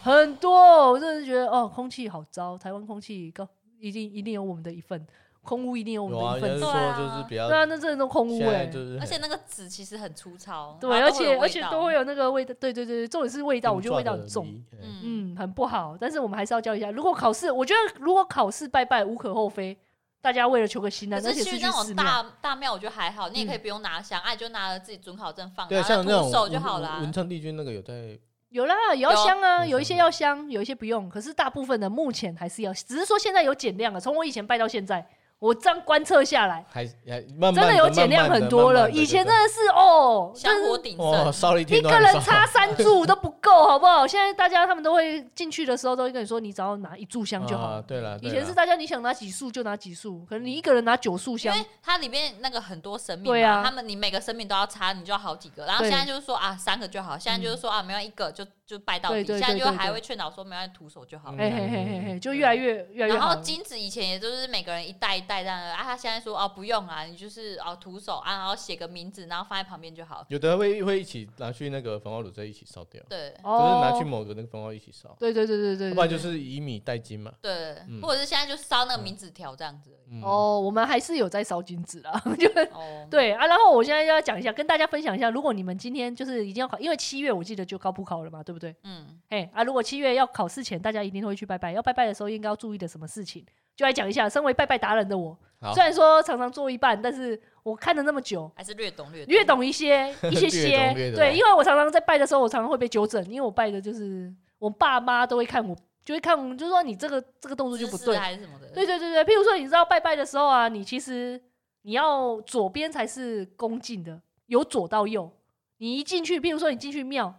S2: 很多哦、我真的觉得哦，空气好糟，台湾空气高，一定一定有我们的一份，空污一定有我
S3: 拜拜
S2: 们
S3: 有啊，
S2: 的一
S3: 人
S1: 对啊
S3: 家是。
S2: 份
S3: 说就是比较
S2: 对啊，那真的都空污
S3: 现在
S2: 哎、
S3: 就是啊
S1: 而且
S3: 很
S1: 那个纸其实很粗糙，
S2: 对，
S1: 然
S2: 而
S1: 后都会
S2: 且
S1: 有
S2: 而且
S1: 味道
S2: 都会有那个味道，对对对，重点是味道，我觉得味道很
S3: 重
S2: 重。
S3: 抓的迷。
S1: 嗯。
S2: 嗯，很不好。但是我们还是要教一下，如果考试，我觉得如果考试拜拜无可厚非，大家为了求个心安，
S1: 可
S2: 而且
S1: 是
S2: 是
S1: 去
S2: 去
S1: 那
S2: 寺
S1: 种
S2: 庙。嗯
S1: 大大庙，我觉得还好，你也可以不用拿香，哎，你就拿了自己准考证放，
S3: 对，
S1: 然后
S3: 像那
S1: 啊徒
S3: 种
S1: 手就
S3: 文
S1: 好啊啦。
S3: 文昌帝君那个有在
S2: 有啦，也要香啊，
S3: 有
S2: 有一些要香，有一些不用。可是大部分的目前还是要，只是说现在有减量了。从我以前拜到现在，我这样观测下来，
S3: 还还慢慢
S2: 真
S3: 的
S2: 有减量很多了。以前
S3: 那
S2: 真的是哦，
S1: 香
S2: 真
S1: 火
S2: 是
S1: 鼎
S3: 哦，
S1: 盛，
S3: 烧了一天
S2: 一
S3: 都
S2: 个
S3: 还
S2: 人
S3: 烧
S2: 插三柱都不够，好不好？现在大家他们都会进去的时候都会跟你说，你只要拿一炷香就好
S3: 啊
S2: 了。
S3: 对了，
S2: 以
S3: 对
S2: 前
S3: 啦
S2: 是大家你想拿几束就拿几束，可能你一个人拿九束
S1: 因
S2: 香
S1: 为，它里面那个很多神明
S2: 对
S1: 嘛，
S2: 啊
S1: 他们你每个神明都要插，你就要好几个。然后
S2: 对
S1: 现在就是说啊，三个就好，现在就是说啊，没有一个就就拜到
S2: 对
S1: 底。
S2: 对
S1: 现在
S2: 对
S1: 就
S2: 对
S1: 还
S2: 对
S1: 会劝导说，没有徒手就好。
S3: 嗯
S2: 嘿嘿嘿嘿嘿，就越来越越来越
S1: 然
S2: 好
S1: 后。金子以前也就是每个人一袋一袋这样的啊，他现在说哦不用啦，你就是哦徒手啊，然后写个名字，然后放在旁边就好。
S3: 有的会会一起拿去那个焚化炉再一起烧掉，
S1: 对
S3: 就是拿去
S2: 哦
S3: 某个那个焚化炉一起烧，要
S2: 对对对对对，
S3: 不然就
S2: 对
S3: 是以米代金嘛。
S1: 对，
S3: 嗯
S1: 或者是现在就烧那个名字条这样子而已。
S3: 嗯，
S2: 哦，我们还是有在烧金纸啦，就
S1: 哦，
S2: 对啊。然后我现在要讲一下，跟大家分享一下，如果你们今天就是一定要考，因为七月我记得就高普考了嘛，对不对？
S1: 嗯，
S2: 哎啊，如果七月要考试前，大家一定会去拜拜，要拜拜的时候应该要注意的什么事情，就来讲一下。身为拜拜达人的我，
S3: 好
S2: 虽然说常常做一半，但是我看了那么久，
S1: 还是略懂略懂。
S2: 略懂 一些一些
S3: 略
S2: 些
S3: 懂略，懂
S2: 对，因为我常常在拜的时候，我常常会被纠正，因为我拜的就是我爸妈都会看我，就会看我，就说你这个这个动作就不
S1: 姿势
S2: 对，
S1: 还是什么的。
S2: 对对对对，譬如说你知道拜拜的时候啊，你其实你要左边才是恭敬的，由左到右，你一进去，譬如说你进去庙，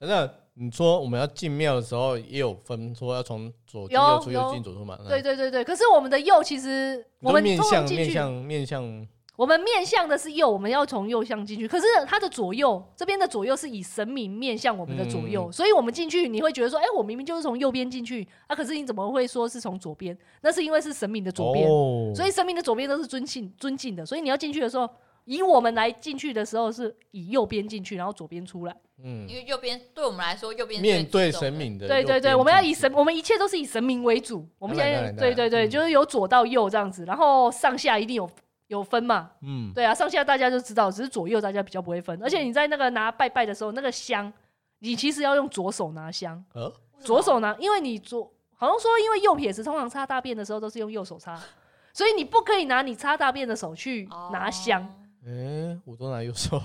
S3: 那你说我们要进庙的时候也有分，说要从左进
S2: 有
S3: 右出
S2: 有
S3: 右进左出嘛？那
S2: 对，对对对，可是我们的右其实
S3: 你
S2: 我
S3: 说
S2: 们
S3: 面
S2: 通
S3: 向
S2: 常进
S3: 面
S2: 去，
S3: 向面向
S2: 我们面向的是右，我们要从右向进去，可是它的左右这边的左右是以神明面向我们的左右，
S3: 嗯
S2: 所以我们进去你会觉得说，哎、我明明就是从右边进去啊，可是你怎么会说是从左边？那是因为是神明的左边。
S3: 哦
S2: 所以神明的左边都是尊敬尊敬的，所以你要进去的时候，以我们来进去的时候是以右边进去，然后左边出来。
S3: 嗯
S1: 因，为右边对我们来说，右边是
S3: 面对
S1: 最主动
S3: 神
S1: 的，
S3: 明的右
S2: 对
S3: 边进去，
S2: 对对，我们要以神，我们一切都是以神明为主。我们现
S3: 当
S2: 在
S3: 然当
S2: 对
S3: 然
S2: 对对，
S3: 嗯
S2: 就是由左到右这样子，然后上下一定有有分嘛。
S3: 嗯，
S2: 对啊，上下大家就知道，只是左右大家比较不会分。而
S1: 嗯
S2: 且你在那个拿拜拜的时候，那个香，你其实要用左手拿香，
S3: 呃，
S2: 左手拿，因为你左好像说，因为右撇子通常擦大便的时候都是用右手擦，所以你不可以拿你擦大便的手去拿香。
S1: 哦
S3: 哎，我都拿右手，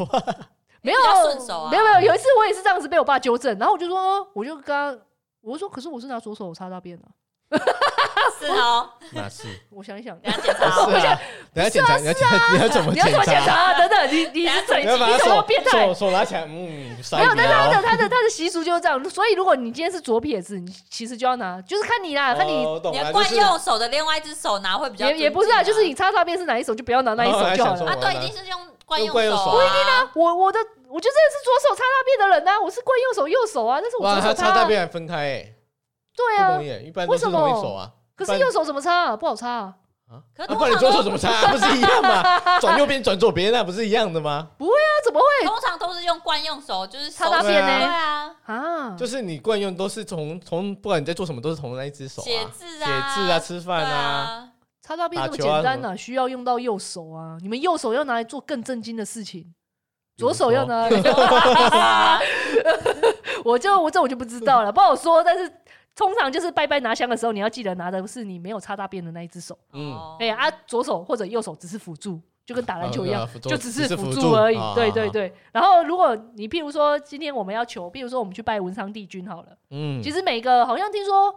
S2: 没有
S1: 比较顺手啊
S2: 没有没有。有一次我也是这样子被我爸纠正，然后我就说，哦我就跟他，我就说，可是我是拿左手擦大便的、
S1: 是哦，
S3: 那 是，
S2: 我想一想，
S1: 等一下检查哦
S3: 是啊，等一下检查，你要检 查，你要怎么
S2: 你要怎么检查、
S3: 查？
S2: 啊？等等，你你是
S3: 你
S2: 嘴，你
S3: 要把他
S2: 怎么变
S3: 手
S2: 态
S3: 手？手拿起来，嗯，
S2: 没有，但是他
S3: 他
S2: 的他的他的习俗就是这样，所以如果你今天是左撇子，你其实就要拿，就是看你啦，看你
S3: 我哦懂
S1: 你
S3: 了
S1: 要
S3: 就
S1: 惯
S3: 是
S1: 右手的另外一只手拿会比较
S2: 也也不是啊，
S1: 尊
S2: 就
S1: 敬
S2: 是你擦大便是哪一手，就不要拿那一
S3: 哦
S2: 手
S3: 还
S2: 就好
S3: 想说
S2: 了
S1: 啊，。
S3: 我
S1: 对，
S3: 拿
S1: 一定是用惯
S3: 用
S1: 右
S3: 惯右
S1: 手
S3: 手啊我一定
S1: 啊，
S2: 我我的我就真的是左手擦大便的人啊，我是惯右手右手啊，但是我
S3: 哇，
S2: 左
S3: 他
S2: 手
S3: 擦
S2: 啊
S3: 大便还分开哎，
S2: 对
S3: 不
S2: 啊
S3: 容，易哎，一般都
S2: 为
S3: 是
S2: 什
S3: 同
S2: 么
S3: 一手啊。
S2: 可是右手怎么擦啊？不好擦啊。
S3: 啊，
S1: 可
S3: 啊
S1: 通
S3: 不然你
S1: 常
S3: 左
S1: 都
S3: 手怎么啊擦？不是一样 吗？转右边转左边，那不是一样的吗？
S2: 那啊怎么会
S1: 通常都是用惯用手，就是手
S2: 擦到
S1: 指
S2: 边
S1: 对
S2: 呢？
S1: 啊，
S2: 啊，
S3: 就是你惯用都是从从不管你在做什么都是从那一只手啊，
S1: 写字
S3: 写
S1: 啊，
S3: 字啊，吃饭
S1: 对
S3: 啊，
S1: 啊，
S2: 擦到边这么简单呢、啊需要用到右手啊！你们右手要拿来做更震惊的事情，
S3: 比如
S2: 左手要拿来，
S1: 啊
S2: 我就我这我就不知道了，不好说。但是通常就是拜拜拿香的时候，你要记得拿的是你没有擦大便的那一只手。
S3: 嗯，
S2: 哎呀，啊，左手或者右手只是辅助，就跟打篮球一样
S3: 啊，对啊
S2: 就只是
S3: 只
S2: 辅
S3: 是辅
S2: 助
S3: 助
S2: 而已
S3: 啊。
S2: 对
S3: 啊
S2: 对
S3: 啊
S2: 对。然后如果你譬如说今天我们要求，譬如说我们去拜文昌帝君好了，
S3: 嗯，
S2: 其实每个好像听说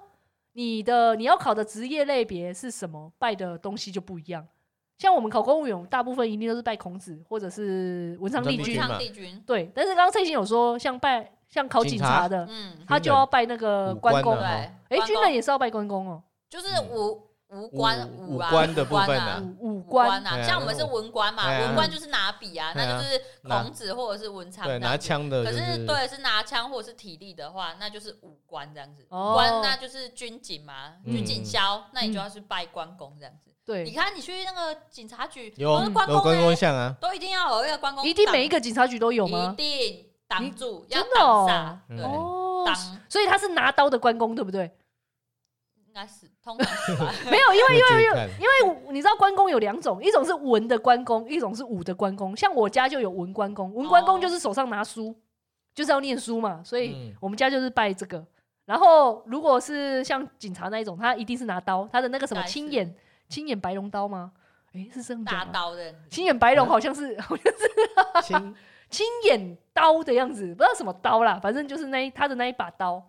S2: 你的你要考的职业类别是什么，拜的东西就不一样。像我们考公务员，大部分一定都是拜孔子或者是文昌帝
S3: 文昌帝
S2: 君
S3: 君嘛。
S1: 上帝君，
S2: 对，但是刚刚蔡琴有说，像拜像考警
S3: 警
S2: 察
S3: 察
S2: 的，
S1: 嗯，
S2: 他就要拜那个
S3: 武官
S2: 关公。
S3: 啊
S1: 对，
S2: 哎，
S1: 关
S2: 军
S1: 公
S2: 人也是要拜关公哦，
S1: 就是武武官
S3: 武
S1: 武啊
S3: 武官的部分
S1: 啊
S3: 啊
S2: 武武官
S1: 官啊，
S3: 哎呀
S1: 像我们是文官嘛，
S3: 哎呀
S1: 文官就是拿笔啊，
S3: 哎
S1: 那
S3: 呀
S1: 就是
S3: 拿
S1: 孔子或者是文昌这样
S3: 对
S1: 子，
S3: 拿枪的，
S1: 可
S3: 就是
S1: 对是拿枪或者是体力的话，那就是武官这样子，
S2: 哦
S1: 官啊那就是军警嘛，
S3: 嗯
S1: 军警消，那你就要去拜关公这样子。你
S2: 对，
S1: 看你去那个警察局，
S3: 有
S1: 都是关
S3: 有关
S1: 公
S3: 公
S1: 呢，
S3: 像啊，
S1: 都一定要有那个关公，
S2: 一定每一个警察局都有
S1: 一
S2: 吗？
S1: 定挡住，要
S2: 真的
S1: 挡
S2: 哦
S1: 煞，
S3: 嗯
S1: 对，
S2: 哦，
S1: 挡
S2: 所以他是拿刀的关公，对不对？
S1: 应该是通常是吧？
S2: 没有，因为
S3: 因为
S2: 因为你知道关公有两种，一种是文的关公，一种是武的关公。像我家就有文关公，文关
S1: 哦
S2: 公就是手上拿书，就是要念书嘛，所以
S3: 嗯
S2: 我们家就是拜这个。然后如果是像警察那一种，他一定是拿刀，他的那个什么
S1: 应该是
S2: 青眼青眼白龙刀吗？诶，是这样
S1: 大
S2: 讲吗？
S1: 刀嗯的，
S2: 青眼白龙好像是好像是
S3: 亲
S2: 青眼刀的样子，不知道什么刀啦，反正就是那一他的那一把刀。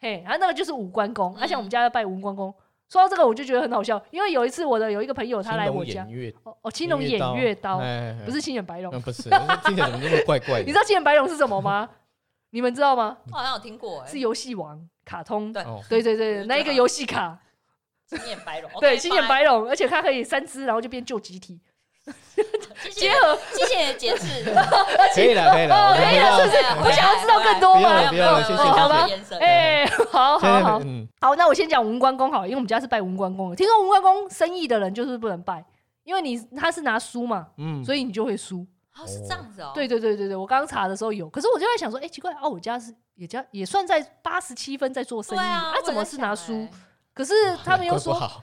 S2: 嘿，啊然后那个就是武关公，而且、
S1: 嗯
S2: 我们家要拜武关公。说到这个，我就觉得很好笑，因为有一次我的有一个朋友 他来我家，
S3: 月
S2: 哦哦，青龙偃月刀，哎不是青眼白龙。
S3: 嗯不是，听起来怎么那么怪怪的？
S2: 你知道青眼白龙是什么吗？你们知道吗？
S1: 我好像有听过，哎
S2: 是，游戏王卡通。
S1: 对
S3: 哦
S2: 对对对，
S1: 对
S2: 那一个游戏卡，
S1: 青眼白龙，
S2: 对
S1: OK，
S2: 青眼
S1: 拜，
S2: 白龙，而且它可以三只，然后就变旧集体，
S1: 谢
S2: 结
S1: 谢
S2: 合
S1: 谢谢节制，
S3: 可以 了可以了，
S2: 哦
S3: 我们
S2: 可以
S3: 不要
S2: 了，是不是？我想要知道更多
S3: 不要
S2: 吗
S3: 了？不要了谢谢
S2: 谢谢
S1: 好
S2: 好吧
S1: 吧，延伸
S2: 哎，好
S3: 现
S2: 好
S3: 在
S2: 好
S3: 嗯
S2: 好，那我先讲文关公好了，因为我们家是拜文关公的。听说文关公生意的人就是不能拜，因为你他是拿书嘛，
S3: 嗯，
S2: 所以你就会输。
S1: 哦，是这样子哦，
S2: 对对对对对，我刚刚查的时候有，可是我就在想说，哎、奇怪啊，我家是也家也算在八十七分在做生
S1: 对
S2: 意，
S1: 啊，我也
S2: 怎么
S1: 在
S2: 是拿
S1: 想
S2: 书
S1: 哎？
S2: 可是他们又
S3: 怪不
S2: 说
S3: 好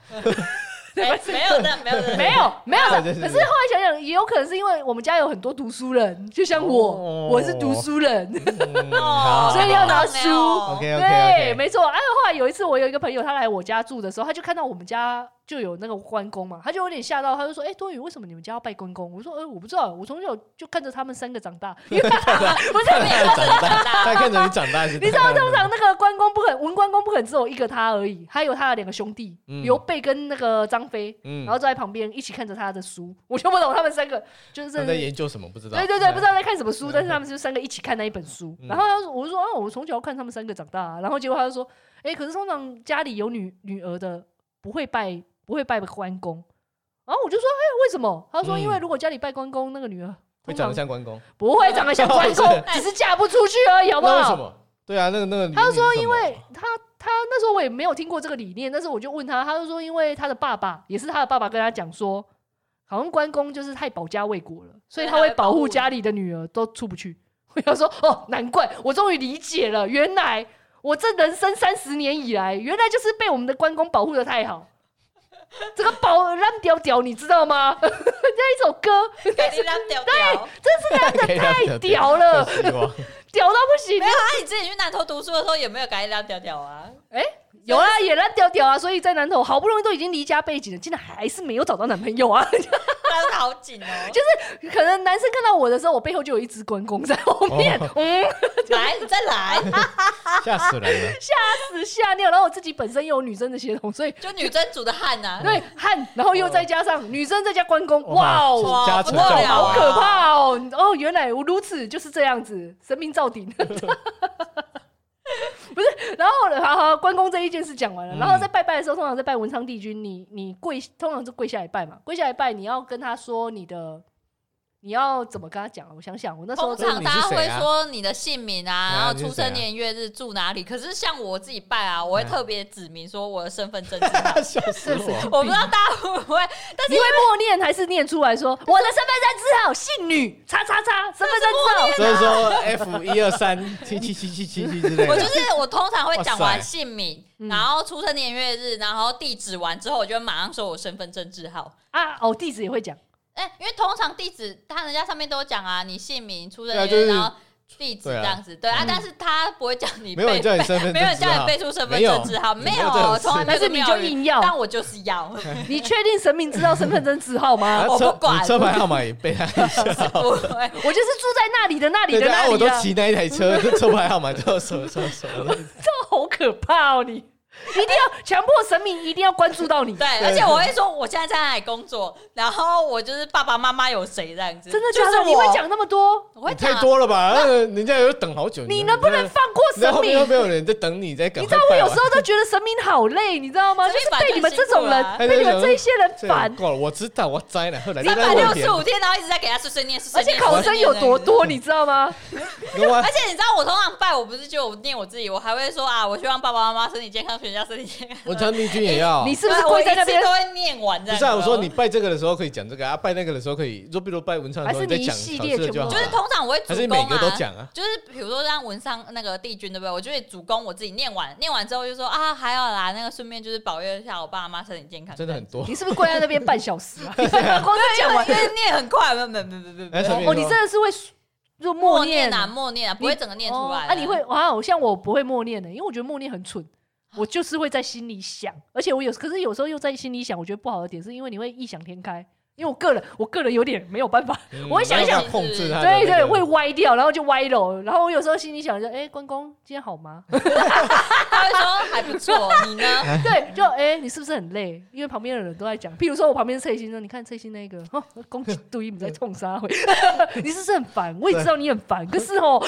S1: 哎没有的，没有的，
S2: 没有没有的。
S3: 对对对
S2: 可是后来想想，也有可能是因为我们家有很多读书人，就像我，
S3: 哦
S2: 我是读书人，
S3: 嗯好
S2: 所以要拿书
S3: OK
S2: 对，
S3: OK OK，
S2: 没错。哎、后来有一次，我有一个朋友，他来我家住的时候，他就看到我们家就有那个关公嘛，他就有点吓到，他就说：“哎、多宇，为什么你们家要拜关公？”我说：“哎、我不知道，我从小就看着他们三个长 大，因为不是
S1: 有，没有
S3: 长大，
S1: 大
S3: 他看着你长大是，
S2: 你知道通常那个关公不肯，文关公不肯只有一个他而已，还有他的两个兄弟
S3: 嗯
S2: 刘备跟那个张飞，
S3: 嗯
S2: 然后坐在旁边一起看着他的书，我就不懂他们三个就是
S3: 他在研究什么不知道？
S2: 对对对，不知道在看什么书，
S3: 嗯
S2: 但是他们就三个一起看那一本书。
S3: 嗯
S2: 然后他说，我就说，哦，我从小看他们三个长大、啊。然后结果他就说，哎、可是通常家里有女女儿的不会拜不会拜关公。然后我就说，哎、为什么？他说，
S3: 嗯
S2: 因为如果家里拜关公，那个女儿
S3: 会
S2: 通
S3: 长
S2: 常
S3: 得像关公，
S2: 不会长得像关公
S3: 是，
S2: 只是嫁不出去而已，好不
S3: 那为什
S2: 好？
S3: 么？对啊，那个那个，
S2: 他就说，因为他他那时候我也没有听过这个理念，但是我就问他，他就说，因为他的爸爸也是他的爸爸跟他讲说，好像关公就是太保家卫国了，所以他会保护家里的女儿都出不去。我要说，哦，难怪，我终于理解了，原来我这人生三十年以来，原来就是被我们的关公保护的太好。这个保烂屌屌，你知道吗？ 那一首歌
S1: 给你让掉掉。
S3: 太
S2: 太屌了，屌到不行
S1: 没，有啊，你之前去南头读书的时候也没有给你让掉掉啊？
S2: 有啊，也烂屌屌啊，所以在南头好不容易都已经离家背景了，竟然还是没有找到男朋友啊！
S1: 拉的好紧哦，就
S2: 可能男生看到我的时候，我背后就有一只关公在后面，嗯，
S1: 来，你再来，
S3: 吓死人了。
S2: 死吓尿。然后我自己本身又有女生的血统，所以
S1: 就女真族的汗呐。
S2: 对汗，然后又再加上女生再加关公，哇哦哦，
S1: 哇
S3: 家族
S1: 哇
S3: 教
S2: 好
S1: 好
S2: 可怕哦！哦，原来我如此就是这样子，神明照顶。 不是，然后呃呢好好关公这一件事讲完了，
S3: 嗯
S2: 然后在拜拜的时候，通常在拜文昌帝君，你你跪，通常是跪下来拜嘛，跪下来拜，你要跟他说你的你要怎么跟他讲啊？我想想，我那时候
S3: 哦
S1: 通
S2: 真的
S1: 常大家会说你的姓名啊，
S3: 啊对
S1: 然后
S3: 你是
S1: 出
S3: 谁啊
S1: 生年月日住哪里。可是像我自己拜啊，我会
S3: 嗯
S1: 特别指明说我的身份证是哪。
S3: 笑死
S2: 这是
S3: 我！
S1: 我不知道大家会不会，但是
S2: 你会默念还是念出来说我的身份证字号姓女叉叉 叉身份证字号？
S3: 所以说 F 一二三七七七七七七之类
S1: 我就
S3: 的，
S1: 是我通常会讲
S3: 哇塞
S1: 完姓名，
S2: 嗯
S1: 然后出生年月日，然后地址完之后，我就会马上说我身份证字号。
S2: 啊哦，地址也会讲，
S1: 哎、因为通常地址，他人家上面都有讲啊，你姓名、出生
S3: 对啊
S1: 年月日，
S3: 就是
S1: 然后地址
S3: 对啊
S1: 这样子，对啊，
S3: 嗯
S1: 但是他不会叫你
S3: 没有
S1: 背
S3: 人叫你身份证，
S1: 没有人叫你背出身份
S3: 没有
S1: 证字号，没
S3: 没有这种事
S1: 从来没
S2: 但
S1: 有
S2: 是
S1: 这
S2: 你
S1: 么
S2: 就
S1: 有人
S2: 硬 要，
S1: 但我就是 要，
S2: 你确定神明知道身份证字号吗？
S3: 啊
S1: 我
S3: 车
S1: 不管
S3: 你车牌号码也背啊，
S1: 不会。
S2: 我就是住在那里的那里
S3: 对
S2: 的
S3: 对啊，
S2: 那
S3: 我
S2: 里
S3: 都
S2: 啊，
S3: 骑那一台车，这车牌号码都有什么什么什么，
S2: 这好可怕哦！你一定要强迫神明一定要关注到 你，
S1: 对，而且我会说我现在在哪里工作，然后我就是爸爸妈妈有谁这样子，
S2: 真的
S1: 就
S2: 假
S1: 是
S2: 的？
S1: 我
S2: 你会，讲那么多？
S1: 我会
S3: 太
S1: 讲啊，
S3: 多了吧？呃人家有等好久，
S2: 你能不能放过
S3: 然后后
S2: 神
S3: 面
S1: 嗯
S3: 又
S2: 明？
S3: 没有人在等你，在赶
S2: 你
S3: 快
S2: 知道我
S3: 拜
S2: 有
S3: 完
S2: 时候都觉得神明好累，你知道吗？
S1: 啊神
S2: 就
S1: 明
S2: 是
S1: 本来
S2: 被
S1: 就
S2: 你们这种
S1: 很辛苦啊
S2: 人，被你们这一些人
S3: 这
S2: 烦，
S3: 够了，我知道，我栽了。后来
S1: 三百
S3: 问
S1: 六
S3: 题
S1: 十五天，然后一直在给他碎碎念，碎碎
S2: 而且
S1: 念
S2: 考生有多？
S1: 碎碎念这样子
S2: 多，你知道吗？
S3: 我
S1: 而且你知道我通常拜，我不是就我念我自己，我还会说啊，我希望爸爸妈妈身体健康，全家身体健康。
S3: 我陈明君也要，
S2: 你是不是
S1: 对
S2: 跪在那
S1: 我一
S2: 边
S1: 次？都会念完这样子？
S3: 不是
S1: 哦
S3: 啊？我说你拜这个的时候可以讲这个啊，拜那个的时候可以，就比如拜文昌的时候
S2: 还
S3: 你
S2: 是
S3: 再
S2: 你
S3: 讲
S2: 一系
S3: 考
S2: 列
S3: 试的就
S2: 全部
S3: 好
S1: 就是
S3: 了，
S1: 通常我会主
S3: 还是每
S1: 攻
S3: 个都
S1: 啊。
S3: 讲啊？
S1: 就是比如说像文上那个帝君对不对？我就会主攻我自己念完，念完之后就说啊，还好啦，那个顺便就是保佑一下我爸妈身体健康。
S3: 真的很多。
S2: 你是不是跪在那边半 小时啊？你光是 讲完
S1: 因，为念很快，没没没没没
S3: 哎，陈
S1: 没，
S3: 明说
S2: 哦，你真的是会就
S1: 默
S2: 默
S1: 念
S2: 念
S1: 啊默念啊，不会整个念出来
S2: 哦啊，你会啊？像我不会默念的，因为我觉得默念很蠢。
S1: 啊
S2: 我就是会在心里想，而且我有，可是有时候又在心里想，我觉得不好的点是因为你会异想天开，因为我个人，我个人有点没有办法，
S3: 嗯
S2: 我会想一想
S3: 没有办法控制他的那
S2: 对
S3: 个，
S2: 对，会歪掉，然后就歪了，然后我有时候心里想着，哎、关公今天好吗？
S1: 他会说哦还不错，你呢？
S2: 对，就哎、你是不是很累？因为旁边的人都在讲，譬如说我旁边翠心说，你看翠心那个，哦，攻击对你在冲杀回，你是不是很烦？我也知道你很烦，可是 哦，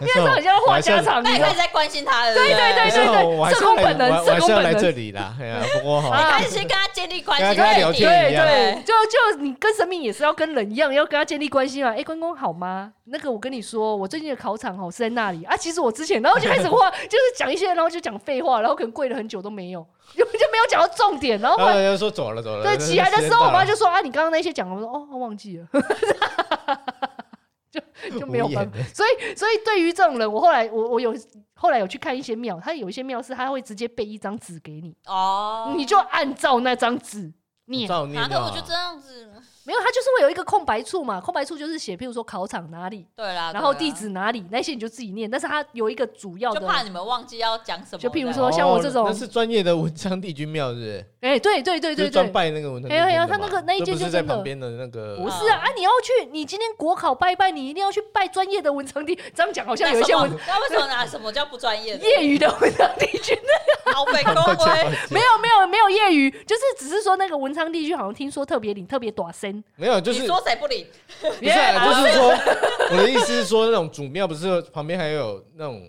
S3: 没
S2: 面上很像话家常，你
S1: 那
S2: 知
S1: 你开
S2: 道吗
S1: 始在关心他了，对
S2: 对对
S1: 对
S3: 没错
S2: 对对
S3: 我还是
S2: 社工
S3: 来
S2: 本能
S3: 我还我还是
S2: 社工
S3: 要
S2: 本
S3: 来
S2: 能
S3: 这里啦。哎呀，不过
S1: 你
S3: 哈，
S1: 开始先跟他建立关系，
S3: 跟他跟他聊天
S2: 对
S3: 一样
S2: 对，就就你跟神明也是要跟人一样，要跟他建立关系嘛。哎、关公好吗？那个我跟你说，我最近的考场哦是在那里啊。其实我之前，然后就开 始话，就是讲一些，然后就讲废话，然后可能跪了很久都没有， 就就没有讲到重点。然后
S3: 然
S2: 后
S3: 后
S2: 来
S3: 人家说走了走了。
S2: 对起来的时候，我
S3: 呃
S2: 妈
S3: 时间
S2: 就说啊，你刚刚那些讲，我说哦，我忘记了。 就就没有
S3: 无言
S2: 办法，所以所以对于这种人，我后来我我有后来有去看一些庙，他有一些庙是他会直接备一张纸给你，
S1: 哦。
S2: 你就按照那张纸念
S3: 到了照
S1: 啊，
S3: 念
S1: 可
S3: 啊
S1: 我就这样子，
S2: 没有，它就是会有一个空白处嘛，空白处就是写，譬如说考场哪里，
S1: 对啦，
S2: 然后
S1: 对
S2: 地
S1: 啦
S2: 址哪里，那些你就自己念，但是它有一个主要
S1: 就
S2: 的，
S1: 怕你们忘记要讲什么。
S2: 就譬如
S1: 这样
S2: 说像我这种
S3: 哦那是专业的文昌帝君庙，是不是？
S2: 哎、对对对
S3: 就
S2: 对
S3: 是专
S2: 对，
S3: 拜那个文昌帝君的嘛。
S2: 哎呀哎呀他那个那一间
S3: 这不
S2: 就是
S3: 在
S2: 真的
S3: 旁边的那个，
S2: 不是啊，啊，你要去，你今天国考拜拜，你一定要去拜专业的文昌帝，这样讲好像有一些
S1: 那
S2: 文
S1: 什么那为什么拿什么叫不专业的？
S2: 业余的文昌帝君，
S1: 老北公会
S2: 没有没有 没有业余，就是只是说那个文昌帝君好像听说特别灵，特别短身，
S3: 没有， 就是
S1: 你说谁不理？
S3: 不是啊，就是说，我的意思是说，那种主庙不是旁边还有那种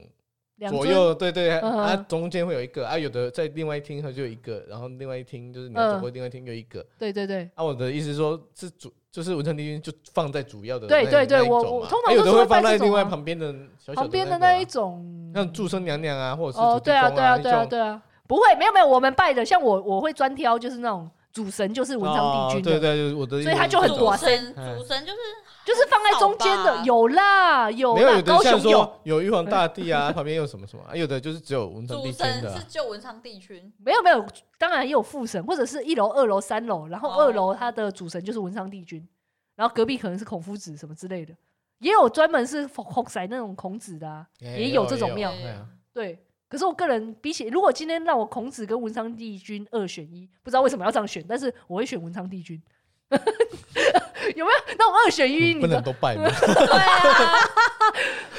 S2: 两
S3: 左
S2: 尊
S3: 右，对对，
S2: 嗯
S3: 啊，中间会有一个啊，有的在另外一厅它就有一个，然后另外一厅就是你要
S2: 嗯
S3: 走过另外一厅有一个。
S2: 对对对。
S3: 啊，我的意思是说，是主就是文昌帝君就放在主要的
S2: 对
S3: 那
S2: 对对
S3: 那一种
S2: 我我
S3: 嘛
S2: 通常
S3: 啊有的
S2: 都
S3: 会
S2: 是会拜
S3: 放在
S2: 这种
S3: 另外
S2: 啊
S3: 旁边的小小
S2: 旁边
S3: 的
S2: 的那
S3: 个
S2: 一
S3: 啊
S2: 种，
S3: 像祝生娘娘啊，或者是
S2: 哦，
S3: 土地
S2: 对啊，
S3: 公
S2: 对啊，
S3: 那
S2: 对啊，
S3: 种
S2: 对啊，不会，没有没有，我们拜的像我，我会专挑就是那种主神，就是文昌帝君
S3: 哦对
S2: 的，
S3: 对，就是我的意思是这种，
S2: 所以他就很
S1: 主
S2: 短
S1: 神，
S3: 嗯
S1: 主神就是
S2: 就是放在中间
S1: 少
S2: 的
S1: 吧
S2: 有啦，有
S3: 没有
S2: 啦，
S3: 有的
S2: 高
S3: 像
S2: 雄有，
S3: 说 有玉皇大帝啊，旁边有什么什么，啊有的就是只有文昌帝
S1: 主
S3: 君
S1: 神
S3: 的
S1: 是
S3: 啊，
S1: 就文昌帝 君，
S2: 没有没有，当然也有副神，或者是一楼、二楼、三楼，然后
S1: 哦
S2: 二楼它的主神就是文昌帝君，然后隔壁可能是孔夫子什么之类的，也有专门是孔塞那种孔子的、啊，
S3: 哎
S2: 也
S3: 有
S2: 有这种庙
S3: 哎呀
S2: 对。可是我个人比起，如果今天让我孔子跟文昌帝君二选一，不知道为什么要这样选，但是我会选文昌帝君。 有没有那种二选一？你
S3: 不
S2: 知道
S3: 能都 拜吗？
S1: 对啊，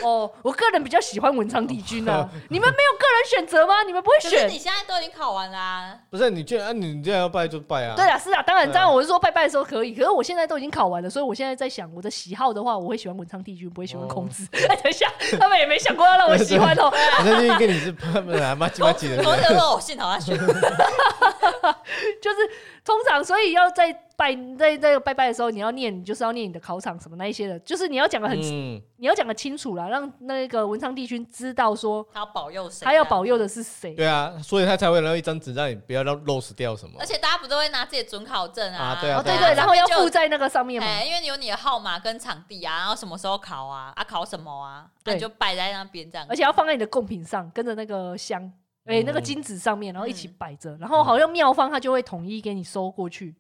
S2: 哦，我个人比较喜欢文昌帝君
S3: 哦
S2: 啊。你们没有个人选择吗？你们不会
S1: 可是
S2: 选
S1: 你？现在都已经考完啦，
S3: 不是你这啊，你这样要拜就拜啊。
S2: 对啦，是啊，当然，
S3: 对啊
S2: 当然，我是说拜拜的时候可以。可是我现在都已经考完了，所以我现在在想，我的喜好的话，我会喜欢文昌帝君，不会喜欢孔子。
S3: 哦
S2: 等一下，他们也没想过要让我喜欢哦。
S1: 哦
S3: 我在这边跟你是他们啊，妈鸡妈鸡的
S1: 孔。子说我幸好他选，
S2: 就是通常，所以要在拜在在拜拜的时候，你要念，你就是要念你的考场什么那一些的，就是你要讲的很，
S3: 嗯，
S2: 你要讲的清楚啦，让那个文昌帝君知道说
S1: 他要保佑谁？啊
S2: 他要。保佑的是谁。
S3: 对啊，所以他才会留一张纸让你不要让 lose 掉什么
S1: 而。且大家不都会拿自己的准考证
S3: 啊对啊
S2: 哦，对
S3: 对
S2: 对，然后要附
S1: 附
S2: 在那个上面嘛。
S1: 哎，因为你有你的号码跟场地啊，然后什么时候考啊，啊考什么啊，那
S2: 对
S1: 你就摆在那边这样。
S2: 而且要放在你的贡品上，跟着那个香，哎、那个
S3: 嗯
S2: 金纸上面，然后一起
S1: 嗯
S2: 摆着，然后好像妙方他就会统一给你收过去，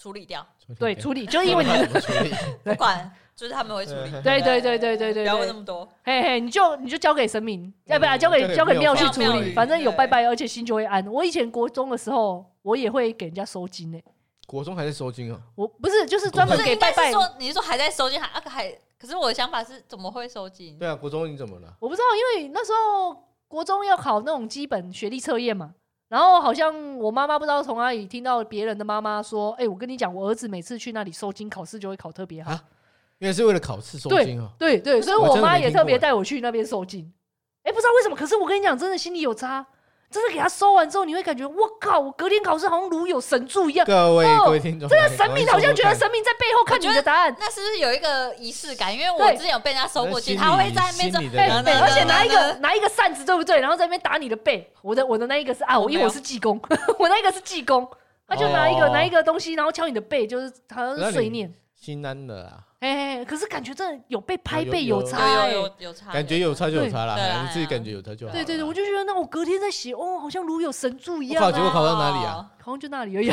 S1: 处理掉，
S2: 对，处理，就是因为你，
S3: 怎么处理，
S1: 不管就是他们会处理。
S2: 对对对对对
S1: 不
S2: 对
S1: 要问那
S2: 对，
S1: 么多。
S2: 嘿嘿，你就你就交给神明，哎要、不然
S3: 嗯
S2: 交给
S3: 交给
S2: 交给
S3: 庙
S2: 庙去
S1: 方
S2: 处
S1: 庙
S2: 理，
S1: 宇
S2: 反正有
S1: 对
S2: 拜拜，而且心就会安。我以前国中的时候，我也会给人家收金诶、
S3: 国中还是收金哦，
S2: 我不是就是专
S1: 不
S2: 门
S1: 是，
S2: 给
S1: 应
S2: 拜
S1: 该
S2: 拜
S1: 是，说你是说还在收金，还啊还？可是我的想法是，怎么会收金？
S3: 对啊，国中你怎么了？
S2: 我不知道，因为那时候国中要考那种基本学历测验嘛，然后好像我妈妈不知道从哪里听到别人的妈妈说：“哎、我跟你讲，我儿子每次去那里收金考试就会考特别好。
S3: 啊因为是为了考试收金哦。
S2: 对对，所以
S3: 我
S2: 我
S3: 真的
S2: 妈
S3: 没
S2: 也
S3: 听
S2: 特别
S3: 过欸
S2: 带我去那边收金。哎、不知道为什么，可是我跟你讲，真的心里有差，真的给他收完之后，你会感觉我靠，我隔天考试好像如有神助一样，
S3: 各位
S2: 哦
S3: 各位听众，
S2: 这个神明好像觉得神明在背后看你
S1: 我觉
S2: 的
S1: 得
S2: 答案。
S1: 那是不是有一个仪式感？因为我
S2: 对
S1: 之前有被人家收过金，
S3: 那心里
S1: 他会在那边说哎
S3: 心里的
S2: 对
S3: 感
S2: 对，
S3: 觉
S2: 而且拿一
S1: 然后
S2: 个
S1: 呢
S2: 拿一个扇子，对不对？然后在那边打你的背。我的我的那一个是啊，
S1: 我
S2: 我因
S1: 没
S2: 为
S1: 有
S2: 我是济公， 我那一个是济公，他就拿一个
S3: 哦
S2: 拿一个东西，然后敲你的背，就是好像
S3: 那
S2: 是
S3: 你
S2: 碎念。
S3: 心安了啊，
S2: 哎，可是感觉真的有被拍
S3: 有
S2: 背
S3: 有
S2: 差
S1: 有
S2: 哎。
S1: 有有有差，
S3: 感觉有差就有
S1: 对
S3: 差
S1: 对啊
S3: 啦，你哎自己感觉有差就好啦。
S2: 对对对，我就觉得那我隔天在写，哦，好像如有神助一
S3: 我
S2: 样
S3: 靠，结果
S2: 啊。
S3: 考到哪里
S1: 哦
S3: 啊？
S2: 好像就那里而 已，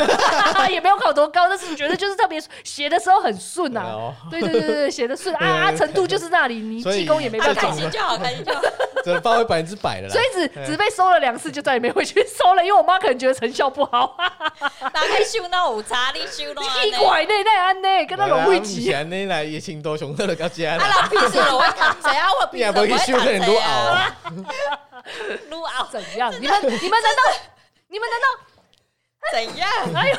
S2: 也没有考多高，但是觉得就是特别写的时候很顺啊。
S3: 哦，
S2: 对对对对对，写的顺啊啊，程度就是那里，你
S3: 所以
S2: 济公也没办
S1: 啊？
S2: 法。
S1: 开心就好，开心就好。
S3: 这发挥百分之百了啦
S2: 所以。只
S3: 嗯
S2: 只被收了两次，就再也没回去收了，因为我妈可能觉得成效不 好，
S1: 打开秀那有差，你秀
S3: 啊
S1: 那
S2: 一拐内内安内跟他融为一
S3: 起
S2: 起。
S3: 来，你来也请多熊特的到家
S1: 啊，
S3: 啦。
S1: 老屁事了，我会躺谁啊？我
S3: 你
S1: 屁
S3: 也
S1: 事，
S3: 不
S1: 我
S3: 会去
S1: 会
S3: 修
S1: 躺
S3: 正
S1: 谁
S3: 撸熬
S1: 啊？
S3: 啊，
S1: 撸啊熬
S2: 怎样？你们你们难道你们难道
S1: 怎样？
S2: 哎呦？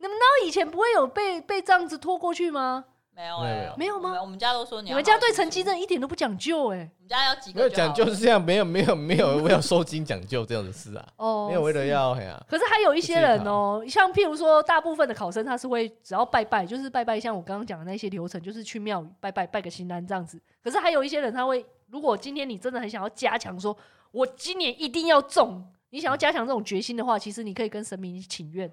S2: 你们难道以前不会有被被这样子拖过去吗？
S1: 没有
S3: 没有
S1: 哎，
S2: 没有吗
S1: 我们我们家都说
S3: 啊
S1: 你
S2: 你
S1: 要
S2: 们家
S1: 好
S2: 对
S1: 好
S2: 成绩真的一点都不讲究哎、
S1: 我们家要几
S3: 没有
S1: 个
S3: 讲
S1: 好
S3: 究是这样，没有没有没有，我有收金讲究这样的事啊，
S2: 哦，
S3: 没有为了要哎呀，
S2: 可是还有一些人哦，像譬如说，大部分的考生他是会只要拜拜，就是拜拜，像我刚刚讲的那些流程，就是去庙宇拜拜，拜个新安这样子。可是还有一些人他会，如果今天你真的很想要加强，说我今年一定要中，你想要加强这种决心的话，其实你可以跟神明请愿。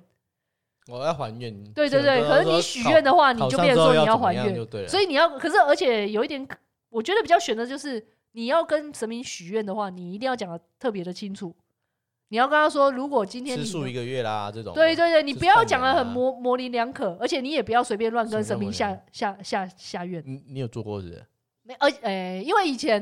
S3: 我要还愿。
S2: 对对对，
S3: 就
S2: 可是你许愿的话，你
S3: 考
S2: 就
S3: 上
S2: 变
S3: 之
S2: 成
S3: 后
S2: 说你
S3: 要怎么
S2: 还
S3: 样
S2: 愿
S3: 就，对了，
S2: 所以你要，可是而且有一点，我觉得比较悬的就是，你要跟神明许愿的话，你一定要讲的特别的清楚。你要跟他说，如果今天
S3: 吃
S2: 你
S3: 素一个月啦这种。
S2: 对对对，你
S3: 就是
S2: 不要
S3: 半
S2: 讲的
S3: 年
S2: 很
S3: 啊
S2: 模模棱两可，而且你也不要随便乱
S3: 什
S2: 跟
S3: 么叫
S2: 神明
S3: 模棱
S2: 下下下下愿。
S3: 你你有做过是 不是？
S2: 没，而诶、因为以前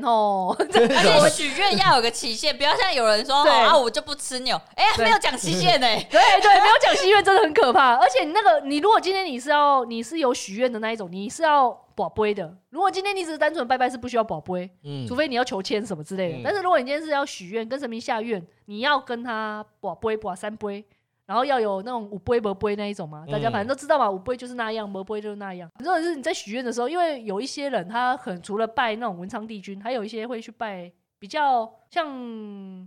S2: 哦，
S1: 而且许愿要有个期限，不要像有人说
S2: 对
S1: 哦啊，我就不吃牛，哎，
S2: 对
S1: 没有讲期限呢。
S2: 对对，没有讲心愿真的很可怕。而且你那个，你如果今天你是要你是有许愿的那一种，你是要宝贝的。如果今天你只是单纯拜拜是不需要宝贝，
S3: 嗯
S2: 除非你要求签什么之类的。
S3: 嗯
S2: 但是如果你今天是要许愿，跟神明下愿，你要跟他卜杯卜三杯，然后要有那种五杯不杯那一种嘛，大家
S3: 嗯
S2: 反正都知道嘛，五杯就是那样，不杯就是那样。如果是你在许愿的时候，因为有一些人他可能除了拜那种文昌帝君，还有一些会去拜比较像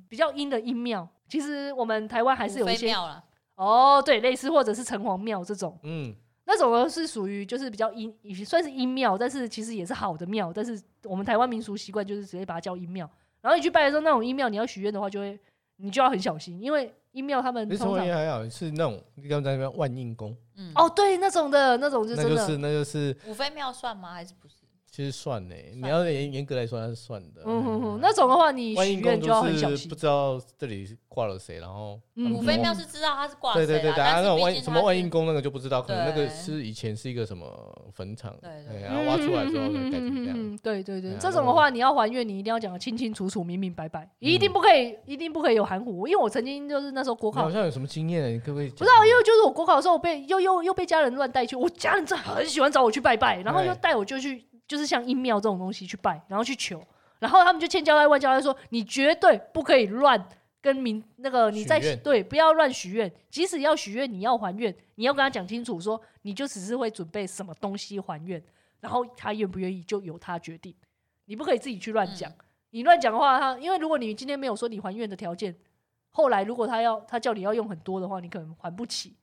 S2: 比较阴的阴庙。其实我们台湾还是有一
S1: 飞
S2: 些
S1: 庙了，
S2: 哦，对，类似或者是城隍庙这种。
S3: 嗯，
S2: 那种呢是属于就是比较阴，也算是阴庙，但是其实也是好的庙。但是我们台湾民俗习惯就是直接把它叫阴庙。然后你去拜的时候，那种阴庙你要许愿的话，就会你就要很小心，因为阴庙他们
S3: 其实
S2: 通
S3: 我也
S2: 常
S3: 还好，是那种你刚才那边万应宫，
S1: 嗯，
S2: 哦对那种的那种就
S3: 那
S2: 真
S3: 就
S2: 的、
S3: 是那就是
S1: 五妃庙算吗？还是不是？
S3: 其实算呢，你要严严格来说它是算的。
S2: 嗯哼哼，那种的话你
S3: 万
S2: 许
S3: 应
S2: 愿
S3: 宫
S2: 就要很小
S3: 就
S2: 心
S3: 是不。知道这里挂了谁，然后
S2: 嗯
S3: 他们
S1: 五
S2: 五
S1: 妃
S3: 说
S1: 庙是知道他是挂
S3: 对
S1: 谁
S3: 对对
S1: 啦，
S3: 对，啊
S1: 但
S3: 那
S1: 是
S3: 种
S1: 毕
S3: 万
S1: 竟
S3: 什么万应
S1: 宫
S3: 宫那个就不知道，可能那个
S1: 对
S3: 是以前是一个什么坟场，
S1: 对对
S3: 哎
S1: 对
S3: 然后挖出来之后再
S2: 嗯
S3: 改成这
S2: 嗯嗯
S3: 样。
S2: 嗯嗯对对对，
S3: 哎呀
S2: 这种的话你要还愿，你一定要讲的清清楚楚、明明白白，一定
S3: 嗯
S2: 不可以，一定不可以有含糊。因为我曾经就是那时候国
S3: 你
S2: 考
S3: 好像有什么经验？你可不可以讲？
S2: 不知道，因为就是我国考的时候，我被又又又被家人乱带去，我家人真的很喜欢找我去拜拜，然后又
S3: 对
S2: 带我就去，就是像阴庙这种东西去拜，然后去求，然后他们就千交代万交代说，你绝对不可以乱跟民那个你
S3: 许
S2: 在
S3: 愿
S2: 对不要乱许愿，即使要许愿，你要还愿，你要跟他讲清楚说，你就只是会准备什么东西还愿，然后他愿不愿意就由他决定，嗯你不可以自己去乱讲，你乱讲的话，他因为如果你今天没有说你还愿的条件。后来如果他要他叫你要用很多的话，你可能还不起。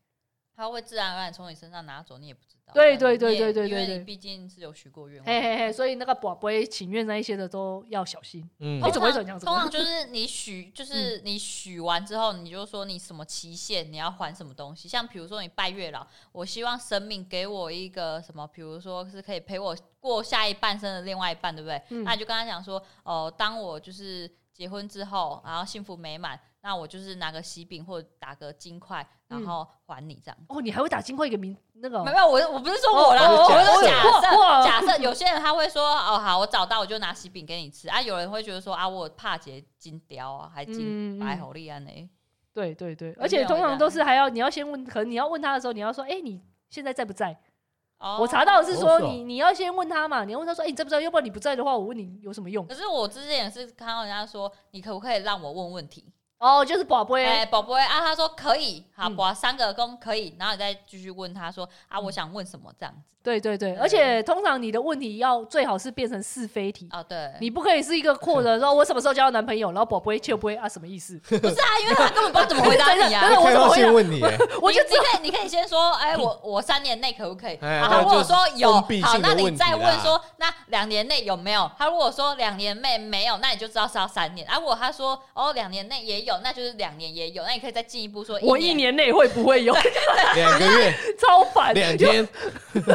S1: 他会自然而然从你身上拿走，你也不知道。
S2: 对对对
S1: 你也
S2: 对对对
S1: 因为
S2: 对哎
S1: 你毕竟是有许过愿望。
S2: 嘿嘿嘿，所以那个宝贝请愿那一些的都要小心。
S3: 嗯
S2: 哎
S1: 通
S2: 怎么会
S1: 常
S2: 这样子嗯
S1: 通常就是你许，就是你许完之后，你就说你什么期限，你要还什么东西。像比如说你拜月老，我希望神明给我一个什么，比如说是可以陪我过下一半生的另外一半，对不对？
S2: 嗯
S1: 那你就跟他讲说，哦、当我就是结婚之后，然后幸福美满，那我就是拿个喜饼或者打个金块，然
S2: 嗯
S1: 后还你这样。
S2: 哦，你还会打金块一个名那个哦
S1: 没有，我我不是说我啦，
S2: 哦哦
S1: 我是说
S3: 哦
S1: 假设、
S2: 哇
S1: 假设有些人他会说哦好，我找到我就拿喜饼给你吃啊，有人会觉得说啊我怕结金雕啊，还金
S2: 嗯，嗯
S1: 白猴利安呢，
S2: 对对对，
S1: 有
S2: 而且
S1: 点
S2: 通
S1: 会这
S2: 常
S1: 样
S2: 都是还要你要先问，可能你要问他的时候，你要说，哎、你现在在不在？
S1: 哦
S2: 我查到的是说
S3: 哦是哦
S2: 你你要先问他嘛，你要问他说，哎、你在不在？要不然你不在的话，我问你有什么用？
S1: 可是我之前也是看到人家说，你可不可以让我问问题？
S2: 哦，就是宝贝、
S1: 哎、宝贝啊，他说可以，好，
S2: 嗯
S1: 我三个公可以，然后你再继续问他说啊，我想问什么这样子
S2: 对对对，
S1: 嗯
S2: 而且通常你的问题要最好是变成是非题。
S1: 哦，对，
S2: 你不可以是一个阔的说，我什么时候交到男朋友，然后宝贝却不会啊，什么 意思？
S1: 不是啊，因为他根本不知道怎么回答 你啊
S2: 真。的我
S3: 开
S2: 怎么
S3: 放
S2: 会
S3: 性问你耶，
S2: 我就
S1: 你你可以，你可以先说， 哎，我我三年内可不可以？
S3: 哎
S1: 啊他如
S3: 那就
S1: 果
S3: 是
S1: 说有，
S3: 封闭
S1: 好，
S3: 性的
S1: 那你
S3: 问题
S1: 再问
S3: 啦
S1: 说，那两年内有没有？他如果说两年内没有，那你就知道是要三年。啊，如果他说哦两年内也有，那就是两年也有，那你可以再进一步说
S2: 我一
S1: 一
S2: 年内会不 会有？
S3: 两个月、
S2: 超烦，
S3: 两天，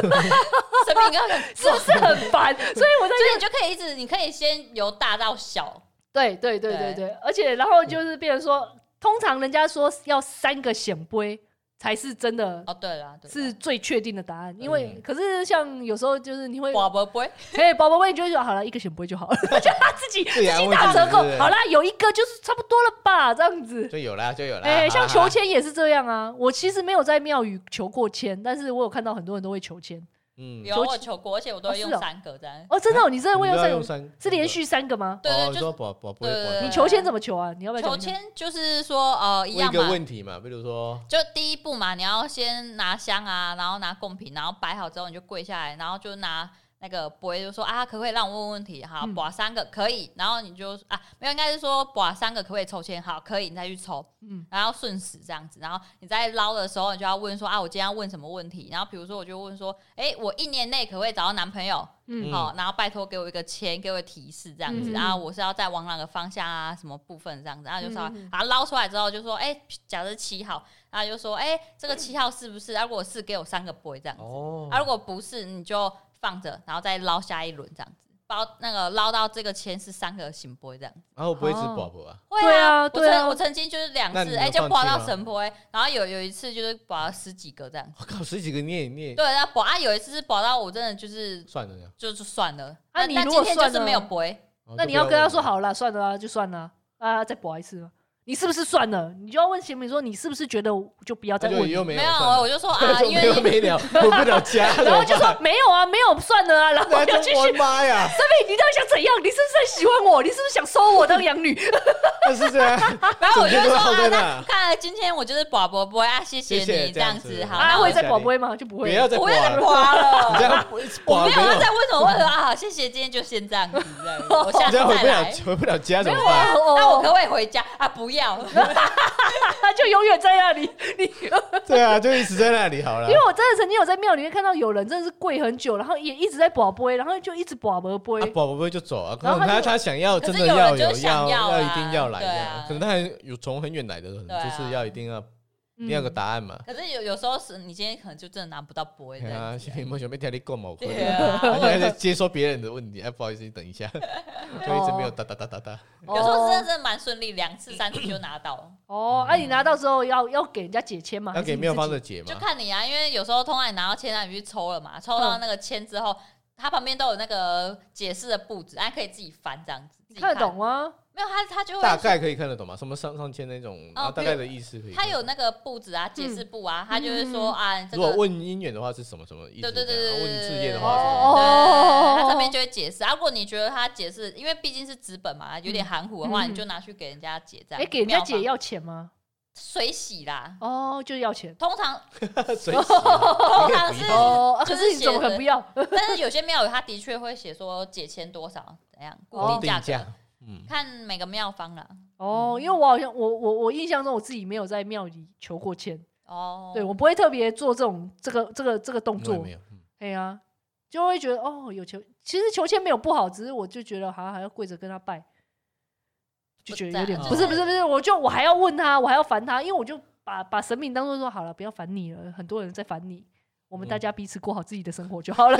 S1: 生命更，
S2: 是不是很烦？所以我在
S1: 所以你就可以一直，你可以先由大到小，
S2: 对对对对
S1: 对嗯
S2: 对，而且然后就是变成说，通常人家说要三个显杯才是真的
S1: 哦，对了，对啦
S2: 是最确定的答案，因为
S3: 嗯
S2: 可是像有时候就是你会，
S1: 哇不不会，
S2: 哎，宝宝们你就会说好了，一个显杯就好了， 就他自己自
S3: 对呀
S2: 己
S3: 我
S2: 打
S3: 也是
S2: 折扣
S3: 对对，对
S2: 好啦，有一个就是差不多了吧，这样子。
S3: 就有啦，就有啦。
S2: 哎、像
S3: 好啦
S2: 求，签也是这样啊。我其实没有在庙宇求过签，但是我有看到很多人都会求签。
S3: 嗯，
S1: 有啊
S2: 求
S1: 我有求过，而且我都
S2: 哦
S1: 会
S2: 是
S1: 用
S2: 哦
S1: 三个这样，
S2: 哦，真的、哦，你真的会
S3: 哎你都要
S2: 用三
S3: 用
S2: 个？
S3: 三，
S2: 是连续三个吗？
S1: 对
S3: 哦
S1: 对，
S3: 你
S1: 就
S3: 说
S1: 是
S3: 宝宝不
S1: 对对
S3: 会
S1: 对
S2: 你
S3: 管，
S2: 求签怎么求啊？你要不要讲
S1: 求
S2: 一下？
S1: 签就是说呃一
S3: 问一
S1: 样
S3: 个
S1: 嘛，
S3: 问题嘛，比如说，
S1: 就第一步嘛，你要先拿香啊，然后拿贡品，然后摆好之后你就跪下来，然后就拿那个博就说啊，可不可以让我问问题？好，
S2: 嗯
S1: 把三个可以，然后你就啊，没有，应该是说把三个可不可以抽签？好，可以，你啊再去抽，
S2: 嗯
S1: 然后顺时这样子，然后你在捞的时候，你就要问说啊，我今天要问什么问题？然后比如说我就问说，诶，我一年内可不可以找到男朋友？
S2: 嗯
S3: 嗯
S1: 好、然后拜托给我一个签，给我提示这样子，
S2: 嗯
S1: 然后我是要再往哪个方向啊，什么部分这样子，然后就稍
S2: 嗯嗯
S1: 微
S2: 嗯
S1: 把它捞出来之后，就说，哎、假设七号，然后就说，哎、这个七号是不是？啊，如果是，给我三个 boy 这样子，
S3: 哦
S1: 啊，如果不是，你就放着，然后再捞下一轮这样子，包那个捞到这个签是三个醒 boy 这样。
S3: 然后不会吃宝宝啊，
S1: 会
S2: 对啊
S1: 我
S2: 对啊
S1: 曾我曾经就是两
S3: 那你
S1: 次，
S3: 有
S1: 哎、就
S3: 放弃
S1: 刮到
S3: 吗
S1: 神婆，然后有有一次就是刮了十几个这样子，
S3: 我靠，十几个你也你也
S1: 对，然后刮啊有一次是刮到我真的就是
S3: 算了呀，
S1: 就是算了，
S2: 啊
S1: 那
S2: 你
S1: 那
S2: 如
S1: 今
S2: 果
S1: 天
S2: 算
S1: 就是没
S2: 了
S1: 有 boy。
S3: 哦
S2: 那
S3: 就
S2: 你
S3: 不
S2: 要跟他
S3: 问
S2: 说
S3: 了，
S2: 好了，算了啊，就算了啊，再补一次吧。你是不是算了？你就要问贤明说，你是不是觉得我就不要再
S3: 那就
S2: 问？
S3: 又没
S1: 没
S3: 有
S1: 有，
S3: 算了
S1: 我就 说啊，
S3: 就
S1: 因
S3: 没
S1: 为
S3: 有没了，回不了家，
S2: 然后就说没有啊，没有算了啊，然 后
S3: 那
S2: 要
S3: 就
S2: 继续。
S3: 我
S2: 妹
S3: 的，妈呀，
S2: 你到底想怎样？你是不是很喜欢我？你是不是想收我当 养女？
S3: 那是这样，
S1: 然后我就
S3: 整
S1: 说
S3: 天都
S1: 啊，
S3: 在
S1: 那
S3: 那
S1: 看来今天我就是宝宝不会啊，谢
S3: 谢谢
S1: 你这样
S3: 这
S1: 子，
S3: 样子
S1: 好，
S3: 啊
S1: 那
S2: 啊，
S1: 我
S2: 会
S1: 也
S2: 再宝贝吗？就不
S3: 不
S2: 会。
S3: 要再
S1: 我
S3: 刮
S1: 也在
S3: 了，
S1: 花
S3: 你这
S1: 了。
S3: 样
S1: 我
S3: 刮
S1: 没有要
S3: 有，
S1: 再问什么问题啊，好谢谢，今天就先这 样子，这样子我下
S3: 你
S1: 次
S3: 这样回
S1: 再
S3: 不了
S1: 来。
S3: 回不了家怎么办？
S2: 啊
S1: 那我可不可以回家啊？不要，
S2: 他就永远在那里。你，因
S3: 对啊，就一直在那里好了，
S2: 为我真的曾经有在庙里面看到有人真的是跪很久，然后也一直在宝贝，然后就一直宝宝
S3: 啊
S2: 杯。
S3: 宝宝不会就走啊，可
S2: 然后
S3: 能
S2: 他
S3: 他
S2: 就
S3: 他想要真的
S1: 有人
S3: 要
S1: 就
S3: 有
S1: 想
S3: 要
S1: 要啊
S3: 要一定要来
S1: 对啊
S3: 的，可能他很有从很远来的，可
S1: 对啊
S3: 能就是要一定要一
S2: 嗯
S3: 定要有个答案嘛。
S1: 可是有有时候是你今天可能就真的拿不到波这
S3: 对啊，
S1: 样子
S3: 新 品莫想被挑你购某个，
S1: 对
S3: 而
S1: 啊，
S3: 且还在接收别人的问题。 哎，不好意思，你等一下，就一
S1: 哦
S3: 直没有哒哒哒哒哒。
S1: 有时候真的是蛮顺利，两次三次就拿到了，
S2: 哦，啊，你拿到之后要要给人家解签吗？
S3: 要给妙
S2: 方
S3: 方的解
S1: 就
S3: 嘛？
S1: 看你啊，因为有时候通常你拿到签，那你去抽了嘛，
S3: 嗯
S1: 抽到那个签之后，它旁边都有那个解释的布置，啊，可以自己翻这样子，自己
S2: 看得懂吗？
S1: 没有，他他就会
S3: 大概可以看得懂嘛？什么上上签那种，然后大
S1: 比如
S3: 概的意思可以看
S1: 他
S3: 得懂。
S1: 有那个布置啊，解释布
S2: 嗯
S1: 啊，他就会说啊，这
S3: 如果
S1: 个。
S3: 问姻缘的话是什么什么意思？
S1: 对对对
S3: 这
S1: 对
S3: 样然
S1: 对，
S3: 后问事业的
S2: 是什
S3: 话
S2: 么
S1: 对
S2: 哦
S1: 它上面就会解释啊。如果你觉得他解释，因为毕竟是纸本嘛，有点含糊的话，
S2: 嗯
S1: 你就拿去给人家解这样。
S2: 哎，给人家解
S1: 妙啊方
S2: 要钱吗？
S1: 水洗啦，
S2: 哦，就是要钱。
S1: 通常
S3: 是 什么？随喜啊
S1: 通 常是
S3: 你可以不要
S2: 哦，啊可
S1: 就是
S2: 是你怎么
S1: 写
S2: 可能
S1: 的
S2: 不要？
S1: 但是有些庙宇它的确会写说解签多少怎样固
S2: 哦
S1: 定价
S3: 定
S1: 格，
S3: 价，嗯，
S1: 看每个庙方了。
S2: 哦，因为我好像我我我印象中我自己没有在庙里求过签，
S1: 哦，
S2: 对我不会特别做这种这个这个这个动
S3: 我也
S2: 作
S3: 没，有，嗯
S2: 哎呀、就会觉得哦有求，其实求签没有不好，只是我就觉得好像还要跪着跟他拜，就觉得有点
S3: 不在
S2: 不是不是不是，我就我还要问他，我还要烦他，因为我就把把神明当做说好了，不要烦你了，很多人在烦你。我们大
S3: 嗯
S2: 家彼此过好自己的生活就好了。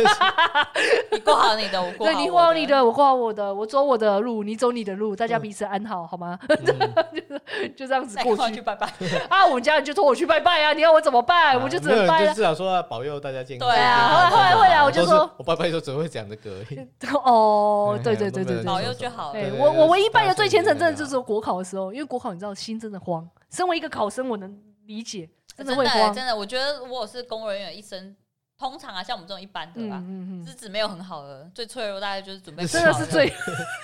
S1: 你过好你的，我过
S2: 对
S1: 好
S2: 你
S1: 我
S2: 过好你，的，我过好我的，我走我的路，你走你的路，大家
S3: 嗯
S2: 彼此安好，好吗？
S3: 嗯
S2: 就这样子
S1: 再
S2: 过
S1: 过
S2: 去
S1: 去拜拜。
S2: 啊！我们家人就托我去拜拜啊，你要我怎么
S1: 哎
S2: 办？我就只
S3: 嗯啊没有
S2: 能
S3: 人
S2: 拜啊
S3: 就
S2: 了。
S3: 至少说要保佑大家健康。
S1: 对啊
S3: 健康
S2: 后来后来会啊我就
S3: 都是
S2: 说
S3: 我拜拜的时候只会讲这个 而已。
S2: 哦，
S3: 嗯嗯
S2: 对对
S3: 都
S2: 对
S3: 没
S2: 对
S3: 人
S2: 对
S1: 保。
S3: 说
S1: 佑
S3: 什
S1: 就
S3: 么
S1: 好
S2: 对
S3: 对
S2: 我我
S3: 对
S2: 唯一拜
S3: 大家
S2: 的最
S3: 顺
S2: 虔
S3: 利
S2: 诚，真
S3: 那
S2: 的
S3: 个
S2: 就是我国考的时候，因为国考你知道心真的慌，身为一个考生，我能理解，真的
S1: 真
S2: 会
S1: 欸
S2: 慌。
S1: 真的，我觉得我是公务人员一生，通常啊，像我们这种一般的
S2: 嗯
S1: 吧，
S2: 嗯
S1: 资
S2: 嗯，
S1: 质没有很好的，最脆弱大概就是准备
S2: 真的
S1: 考
S2: 是
S1: 了
S2: 最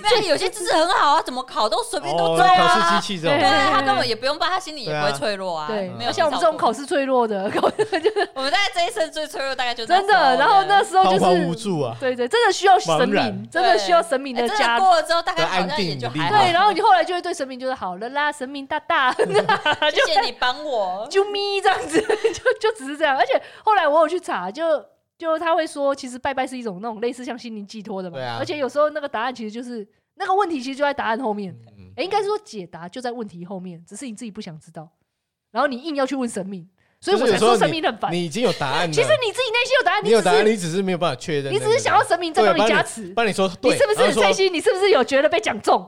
S1: 没有有些资质很好啊，怎么考都随便都
S3: 哦，
S1: 中
S3: 考
S1: 啊
S3: 试。机器这种
S1: 对
S2: 对，
S1: 啊，他根本也不用拜，他心里也
S3: 对啊
S1: 不会脆弱啊。
S2: 对
S1: 没，有
S2: 而且我们这种考
S1: 试，
S2: 试脆弱的，考
S1: 我们大概这一生最脆弱，大概就是那
S2: 真
S1: 时候
S2: 的。然后那时候
S3: 彷徨无
S2: 就是，
S3: 助啊。
S2: 对对，真的需要神
S3: 茫然
S2: 明，真的需要神明
S1: 哎
S2: 的
S1: 真
S2: 加
S1: 的
S2: 持
S1: 过哎了之后，大概
S3: 的安
S1: 好像也
S3: 定
S1: 就
S3: 与力
S1: 还好。
S3: 量
S2: 对，然后你后来就会对神明就是好了啦，神明大大，
S1: 谢谢你帮 我。
S2: 啾咪这样子，就就只是这样。而且后来我有去查，就就他会说，其实拜拜是一种那种类似像心灵寄托的嘛。
S3: 对啊
S2: 而且有时候那个答案其实就是那个问题，其实就在答案后面。
S3: 嗯，
S2: 诶，应该是说解答就在问题后面，只是你自己不想知道，然后你硬要去问神明，所以
S3: 就
S2: 我
S3: 是
S2: 才
S3: 有时候
S2: 说神
S3: 你
S2: 明很烦。
S3: 你已经有答案了，
S2: 其实你自己内心有答案，
S3: 你有
S2: 只
S3: 答案，
S2: 是
S3: 你只是没有办法确认那
S2: 你
S3: 个
S2: 只
S3: 人。
S2: 是想要神明在
S3: 对啊
S2: 帮
S3: 帮
S2: 你加持，
S3: 帮你说
S2: 你
S3: 对，
S2: 是不
S3: 然后
S2: 是
S3: 说
S2: 这一期你是不是有觉得被讲中？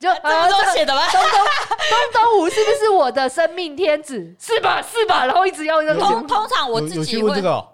S2: 就
S1: 啊这么
S2: 呃，
S1: 多写的 吗？
S2: 东东吴是不是我的生命天子？是吧？是吧？然后一直要那
S3: 有
S2: 个，
S1: 通通常我
S3: 有
S1: 自
S3: 有去
S1: 己
S3: 问
S1: 会
S3: 这个哦，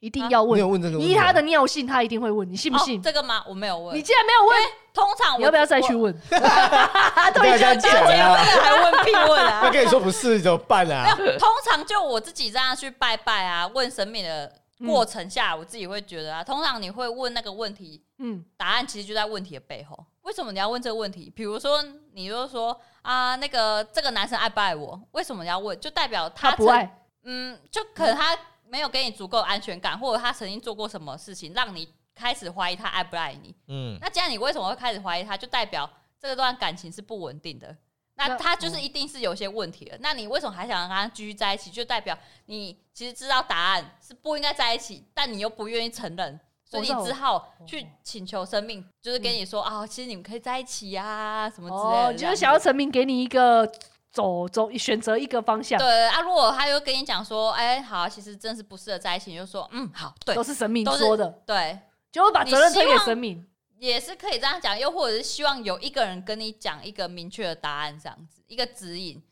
S2: 一定要
S3: 你
S2: 问
S3: 有。问这个问题哦
S2: 依
S3: 吗？
S2: 他的尿性，他一定会问，你信不信
S1: 啊哦？这个吗？我没有问。
S2: 你既然没有问，
S1: 通常我
S2: 你要不要再去？问？
S1: 他
S3: 不要这样讲啊！
S1: 还问必问啊
S3: 那！跟你说不是怎么办啊？
S1: 通常就我自己这样去拜拜啊，问神明的过程下，我自己会觉得啊，通常你会问那个问题，
S2: 嗯，
S1: 答案其实就在问题的背后。为什么你要问这个问题？比如说，你就说啊，那个这个男生爱不爱我？为什么你要问？就代表
S2: 他
S1: 他
S2: 不
S1: 曾，
S2: 爱，
S1: 嗯，就可能他没有给你足够的安全感，或者他曾经做过什么事情，让你开始怀疑他爱不爱你。
S3: 嗯，
S1: 那既然你为什么会开始怀疑他，就代表这段感情是不稳定的。
S2: 那嗯
S1: 那他就是一定是有些问题了。那你为什么还想跟他继续在一起？就代表你其实知道答案是不应该在一起，但你又不愿意承认，所以你
S2: 我知
S1: 只
S2: 道哦嗯
S1: 好去请求生命，就是跟你说啊、其实你们可以在一起啊，什么之类的这
S2: 哦，
S1: 样子。
S2: 就是想要成明给你一个走走，选择一个方向，
S1: 对啊。如果他又跟你讲说，哎、好、啊，其实真是不适合在一起，你就说嗯，好，对
S2: 都是神明
S1: 都是
S2: 说的，
S1: 对，
S2: 就会把责任推
S1: 你希
S2: 给
S1: 望
S2: 神明。
S1: 也是可以这样讲，又或者是希望有一个人跟你讲一个明确的答案，这样子一个指引。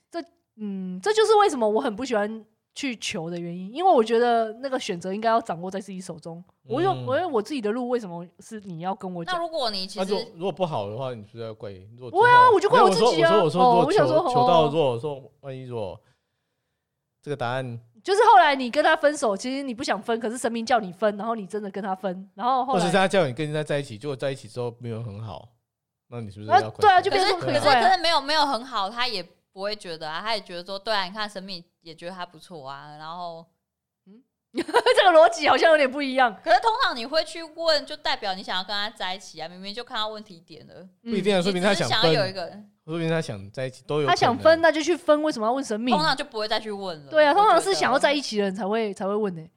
S2: 嗯，这就是为什么我很不喜欢去求的原因，因为我觉得那个选择应该要掌握在自己手中。我有，
S3: 嗯
S2: 我有我自己的路，为什么是你要跟我
S1: 那
S2: 讲？
S1: 如果你其
S3: 那如果
S1: 实
S3: 如果不好的话，你是不是要怪？如果
S2: 不会啊
S3: 之后
S2: 我就怪
S3: 没
S2: 我
S3: 有我说
S2: 自己啊
S3: 我说
S2: 哦
S3: 我
S2: 我
S3: 说，
S2: 想
S3: 如
S2: 说
S3: 果求求到
S2: 哦
S3: 如果我说万一如果这个答案，
S2: 就是后来你跟他分手，其实你不想分，可是神明叫你分，然后你真的跟他分，然后后
S3: 或者是
S2: 来，
S3: 他叫你跟人家在一起，结果在一起之后没有很好，那你是不是
S2: 啊
S3: 要怪？
S2: 对啊就
S1: 可
S2: 变
S1: 是
S2: 成
S1: 可
S3: 很
S1: 是
S2: 怪啊
S1: 可是没有没有很好，他也不会觉得啊，他也觉得说对啊，你看神秘也觉得他不错啊。然后，
S2: 这个逻辑好像有点不一样。
S1: 可是通常你会去问，就代表你想要跟他在一起啊，明明就看到问题点了，
S2: 不
S3: 不一定啊，
S1: 你
S3: 说明
S1: 只
S3: 他
S1: 是想要有一
S3: 分，
S1: 个人，
S3: 说明他想在一起都有。
S2: 他想分，，啊那就去分，为什么要问神明
S1: 通？常就不会再去问了。
S2: 对啊，
S1: 我觉
S2: 通
S1: 得
S2: 常是想要在一起的人才会才会问呢、
S3: 哦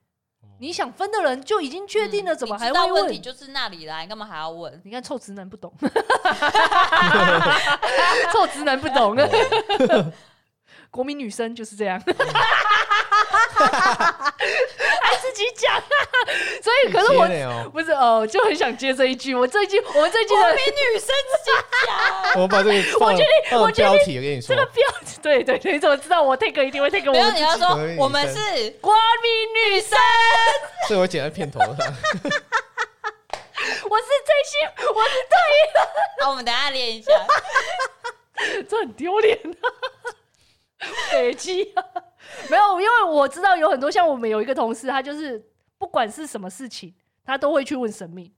S2: 你想分的人就已经确定了，
S1: 嗯
S2: 怎么
S1: 你
S2: 还
S1: 知道
S2: 会
S1: 问题
S2: 问？
S1: 就是那里来，你干嘛还要问？
S2: 你看臭直男不懂，臭直男不懂，国民女生就是这样，
S3: 哦
S2: 还自己讲，啊所以可是我
S3: 我，
S2: 不是哦，就很想接这一句，我这一句 我们这一句的
S1: 女生自己讲。
S3: 我把这个放
S2: 我
S3: 放
S2: 决定
S3: 标题，我跟你说，
S2: 对对对，你怎么知道我 take 一定会 take 我
S1: 没有，
S2: 们
S1: 你要说
S3: 自己
S1: 我们是
S2: 国民女生，
S3: 这我剪在片头上。
S2: 我是真心，我是
S1: 好，我们等一下练一下。
S2: 这很丢脸啊，北极、啊、没有，因为我知道有很多像我们有一个同事，他就是不管是什么事情，他都会去问神明。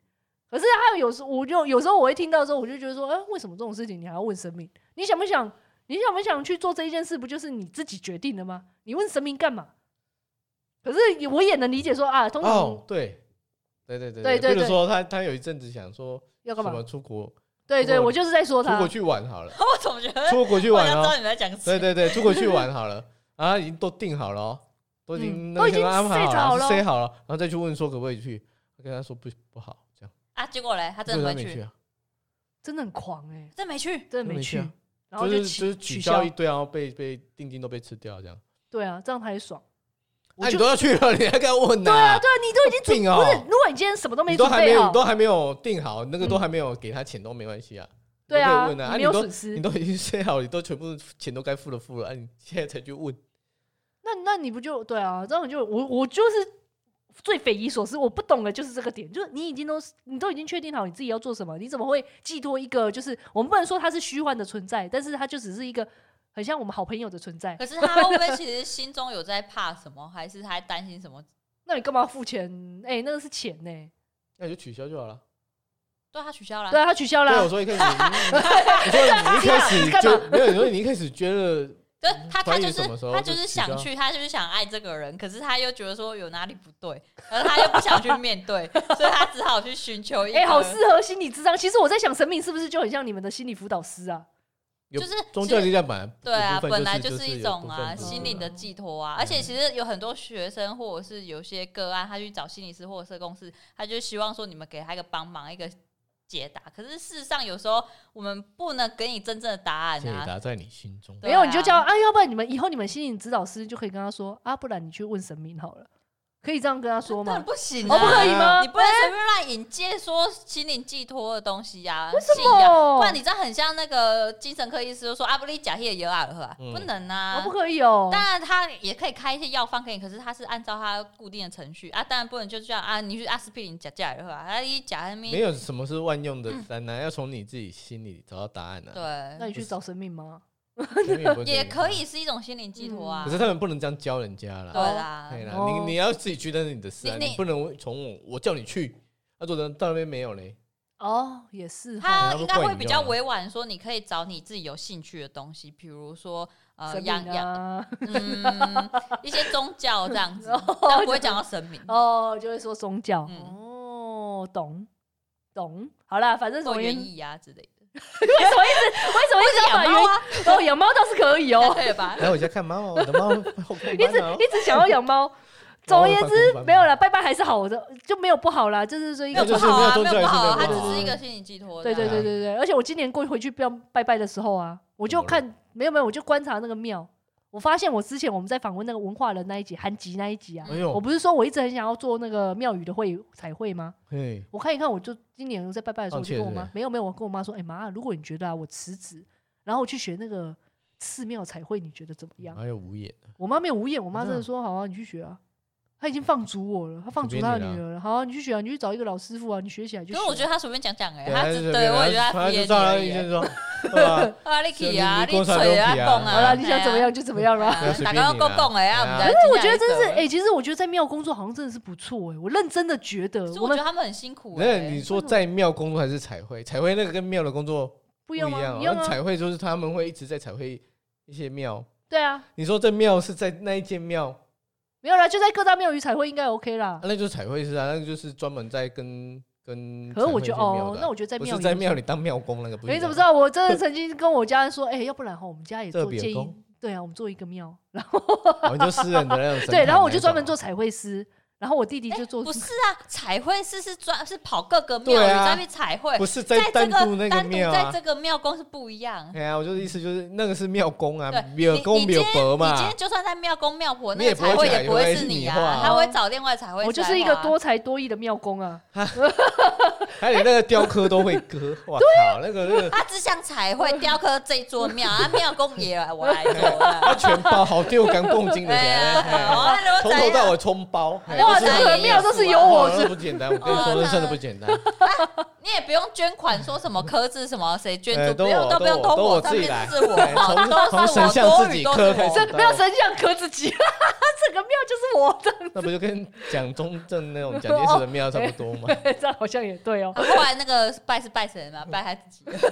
S2: 可是他有时我就有时候我会听到的时候，我就觉得说，哎、为什么这种事情你还要问神明？你想不想？你想不想去做这一件事？不就是你自己决定的吗？你问神明干嘛？可是我也能理解说啊，通常
S3: 哦哦，对，对对对
S2: 对对
S3: 比如
S2: 对
S3: 说他他有一阵子想说
S2: 要
S3: 什
S2: 干嘛？
S3: 么出国
S2: 对对，
S3: 如果
S2: 我就是在说
S3: 出
S2: 他
S3: 国，去玩好 了，
S1: 我怎么觉得
S3: 出国去
S1: 我好
S3: 玩
S1: 像知道
S3: 哦，
S1: 你在讲什
S3: 对
S1: 么？
S3: 对对，出国去玩好了，啊，已经都定好了哦，都已经
S2: 嗯
S3: 那个
S2: 都已经
S3: 全安排
S2: set 好了
S3: 了，say 好了，然后再去问说可不可以去，跟他说不不好，这样，
S1: 啊，结果嘞，他真的
S3: 他
S1: 没
S3: 没去
S1: 去，
S3: 啊，
S2: 真的很狂哎、
S1: 真没去。
S2: 真的
S3: 没
S2: 没
S3: 去
S2: 去
S3: 啊，
S2: 然
S3: 就
S2: 后
S3: 是
S2: 就
S3: 就是取
S2: 取
S3: 消一堆，然后被被定金都被吃掉这样，
S2: 对啊，这样才爽。我
S3: 那啊你
S2: 就
S3: 都要去了，你 还敢问
S2: 对啊，
S3: 呐？
S2: 对啊，你都已经准
S3: 有病哦
S2: 不是？如果你今天什么都
S3: 你
S2: 没
S3: 都
S2: 准
S3: 还没
S2: 备
S3: 有，
S2: 好
S3: 你，都还没有定好，那个都
S2: 嗯
S3: 还没有给他钱都没关系啊。你都
S2: 对啊，
S3: 可以问啊，啊
S2: 没
S3: 你
S2: 有
S3: 都
S2: 损
S3: 你
S2: 失。
S3: 都已经 say 好，你都全部钱都该付的付了，啊，你现在才去问，
S2: 那那你不就对啊？这样就我我就是最匪夷所思，我不懂的就是这个点，就是你已经都你都已经确定好你自己要做什么，你怎么会寄托一个就是我们不能说它是虚幻的存在，但是它就只是一个很像我们好朋友的存在。
S1: 可是他会不会其实心中有在怕什么，还是他还担心什么？
S2: 那你干嘛付钱？哎、那个是钱呢、
S3: 那你就取消就好了。
S1: 对他取消
S2: 对
S1: 了，
S2: 啊，他取消
S3: 对，
S2: 啦
S3: 我。说一开始，你说你一开始
S2: 干嘛
S3: 就没有，你说你一开始觉得
S1: 对他他
S3: 团
S1: 就
S3: 员
S1: 是
S3: 什么时候
S1: 他
S3: 就
S1: 就是
S3: 取消
S1: 想去，他就是想爱这个人，可是他又觉得说有哪里不对，而他又不想去面对，所以他只好去寻求一
S2: 哎、
S1: 个，
S2: 好适合心理智商。其实我在想，神明是不是就很像你们的心理辅导师啊？
S3: 有
S1: 就是
S3: 宗教力量本来
S1: 对啊，
S3: 有部分
S1: 本来
S3: 就是嗯
S1: 一种啊心灵
S3: 灵
S1: 的寄托啊，而且其实有很多学生或者是有些个案，他去找心理师或者社工师，他就希望说你们给他一个帮忙，一个解答。可是事实上有时候我们不能给你真正的答案
S3: 解
S1: 啊，
S3: 答在你心中。
S1: 对
S2: 没有，你就叫啊，要不然你们以后你们心理指导师就可以跟他说啊，不然你去问神明好了，可以这样跟他说
S1: 当然
S2: 吗？
S1: 不行
S2: 哦，不
S1: 啊。
S2: 可以吗？
S1: 你不能随便乱引介说心灵寄托的东西呀、啊，
S2: 为什
S1: 信仰，
S2: 么？
S1: 不然你这样很像那个精神科医师就说阿啊布利假叶尤尔赫啊，
S3: 嗯
S1: 不能
S2: 哦
S1: 啊
S2: 不，可以哦。
S1: 当然，他也可以开一些药方给你，可是他是按照他固定的程序啊，当然不能就这样啊，你去阿司匹林假假的话，他一啊假那
S3: 没
S1: 边
S3: 有什么是万用的单啊，要从你自己心里找到答案啊。
S2: 那
S1: 对，
S2: 你去找神明
S1: 哦
S2: 吗？
S3: 前面也不会给你
S1: 也可以是一种心灵寄托啊
S3: 可，是他们不能这样教人家
S1: 对
S3: 啦。
S1: 啦
S3: 可，以啦，
S2: 哦
S3: 你你要自己去，那是你的事啊，
S1: 你
S3: 你
S1: 你
S3: 不能从我我叫你去，那做成到那边没有嘞。
S2: 哦，也是哈。
S1: 他应该会比
S3: 啊
S1: 较委婉说，你可以找你自己有兴趣的东西，比如说呃
S2: 神
S1: 养
S2: 明
S1: 养
S2: 啊，
S1: 嗯一些宗教这样子，
S2: 哦
S1: 但不会讲到神明
S2: 哦，就会说宗教。
S1: 嗯
S2: 哦，懂懂。好啦，反正总
S1: 或
S2: 而言
S1: 园
S2: 之，
S1: 艺啊之类的，
S2: 为什么一直为什么一直要把
S1: 养猫啊，
S2: 原哦养猫倒是可以
S1: 那
S2: 哦，
S1: 可以 吧？
S3: 来我家看 猫哦，我的猫好
S2: 一
S3: 看
S2: 直
S3: 吗
S2: 一直想要养猫。总而言之，
S3: 之
S2: 没有啦，拜拜还是好的，就没有不好啦，就是说一
S1: 没
S2: 个
S1: 有
S3: 那
S1: 不
S3: 就是
S1: 好啊，
S3: 没有宗
S1: 没
S3: 教
S1: 有不好啊，
S3: 也
S1: 它
S3: 是
S1: 只
S3: 没有不好
S1: 是一
S3: 啊
S1: 个心灵寄托这
S2: 对
S1: 样，
S3: 啊
S2: 对对对对，而且我今年过回去不要拜拜的时候啊，我就看没有没有，我就观察那个庙，我发现我之前我们在访问那个文化人那一集，韩吉那一集啊，
S3: 哎
S2: 我
S3: 呦，
S2: 不是说我一直很想要做那个庙宇的会彩绘吗？
S3: 嘿，
S2: 我看一看，我就今年在拜拜的时候，
S3: 放
S2: 我
S3: 弃
S2: 就
S3: 了
S2: 跟我妈
S3: 是不
S2: 没有没有，我跟我妈说，哎、妈，如果你觉得啊我辞职，然后我去学那个寺庙彩绘，你觉得怎么样？
S3: 还有无眼，
S2: 我妈没有无言，我妈
S3: 真
S2: 真
S3: 的
S2: 的说好啊，你去学啊。她已经放逐我了，她放逐
S3: 嗯随便
S2: 她
S3: 你
S2: 的
S3: 啦
S2: 女儿了。好、啊，你去学啊，你去找一个老师傅啊，你学起来
S1: 可
S2: 就学
S1: 是
S2: 啊。
S1: 我觉得他随便讲讲哎，他
S3: 就
S1: 只
S3: 随
S1: 对
S3: 便
S1: 我也觉得
S3: 他
S1: 敷
S3: 就
S1: 衍
S3: 照
S1: 你
S3: 他
S1: 而
S3: 意
S1: 已
S3: 见
S1: 欸。
S3: 说，对 吧？
S1: 啊，你去
S3: 你
S1: 啊，
S3: 你讲啥
S1: 嘴
S3: 都
S1: 啊，
S3: 去啊
S1: 蹦
S2: 好
S1: 啊，
S2: 啦，
S1: 嘿
S2: 你想怎么样就怎么样啦。
S1: 啊
S3: 对啊随
S1: 大
S3: 便
S1: 家要
S3: 你
S1: 讲
S3: 啦
S1: 讲的啊，
S3: 对啊
S1: 不
S2: 可
S1: 然
S2: 是我觉得真是，哎、
S1: 哎，
S2: 其实我觉得在庙工作好像真的是不错哎、我认真的觉得
S1: 其实
S2: 哎
S1: 我觉
S2: 我们
S1: 得他们很辛苦
S3: 那
S1: 哎。
S3: 你说在庙工作还是彩绘？彩绘那个跟庙的工作
S2: 不
S3: 不
S2: 一
S3: 一样
S2: 样吗？
S3: 哦
S2: 一样
S3: 那
S2: 啊，
S3: 彩绘就是他们会一直在彩绘一些庙。
S2: 对啊，
S3: 你说这庙是在那一间庙，啊
S2: 没有啦，就在各大庙宇彩绘应该 OK 啦。
S3: 那就是彩绘师啊，那个就是专门在跟跟。
S2: 可是我觉得哦，那我
S3: 觉
S2: 觉得在
S3: 啊不
S2: 庙
S3: 是
S2: 宇
S3: 在庙里当庙工那个不一样。啊
S2: 你怎么知道？我真的曾经跟我家人说，哎、要不然哈，我们家也
S3: 这
S2: 做
S3: 比尔
S2: 建议
S3: 公，
S2: 对啊，我们做一个庙，然后
S3: 哦？你就私人的那种神
S2: 对，然后我
S3: 坛那
S2: 就
S3: 种
S2: 专门做彩绘师，然后我弟弟就做，
S1: 不是啊，彩绘师是专是跑各个庙
S3: 对
S1: 宇
S3: 啊
S1: 在那边彩绘，
S3: 不是在
S1: 在这
S3: 单独
S1: 个
S3: 那
S1: 单
S3: 个
S1: 独
S3: 庙
S1: 在
S3: 啊
S1: 这。个庙公是不一样。
S3: 哎呀，我就意思就是那个是庙公啊
S1: 对，
S3: 庙公
S1: 你你
S3: 庙
S1: 今天
S3: 伯
S1: 你今
S3: 嘛
S1: 天，就算在庙公庙婆，
S3: 你
S1: 那
S3: 也
S1: 个
S3: 不
S1: 彩绘
S3: 会去
S1: 也不会
S3: 彩绘是
S1: 是你
S3: 你
S1: 啊
S3: 画，
S1: 他会找另外彩绘师来画。
S2: 我就是一个多才多艺的庙工啊，
S3: 还有那个雕刻都会割，哇靠，那个那 个
S1: 他只想彩绘雕刻这一座庙， 啊，庙公也来我来做啊。
S3: 他全包好丢港共金 的，
S1: 对啊，
S3: 哎
S1: 啊如果怎
S3: 从头
S1: 样
S3: 到尾冲包，哎
S2: 哇，
S3: 都是
S2: 这
S1: 彩
S2: 个
S1: 绘
S2: 庙都是由
S3: 哇
S2: 我
S3: 那
S2: 是
S3: 不简单，我跟你说，
S1: 哦
S3: 那真的不简单。
S1: 你也不用捐款，说什么科字什么谁捐
S3: 哎
S1: 助，
S3: 都
S1: 不用
S3: 我
S1: 都不用
S3: 都
S1: 通
S3: 我都我
S1: 上
S3: 自己
S1: 面
S3: 来
S1: 是我
S3: 哎
S1: 嘛，
S3: 从
S1: 都是
S3: 从
S1: 我
S3: 神像
S1: 多
S3: 自
S1: 余
S3: 己
S1: 都是
S3: 刻开
S1: 我
S3: 始
S2: 这不要神像磕自己，整个庙就是我 的，
S3: 那不就跟蒋中正那种蒋介石的庙差不多吗？
S2: 这样好像也对哦。
S1: 后来那个拜是拜谁嘛？拜他自己。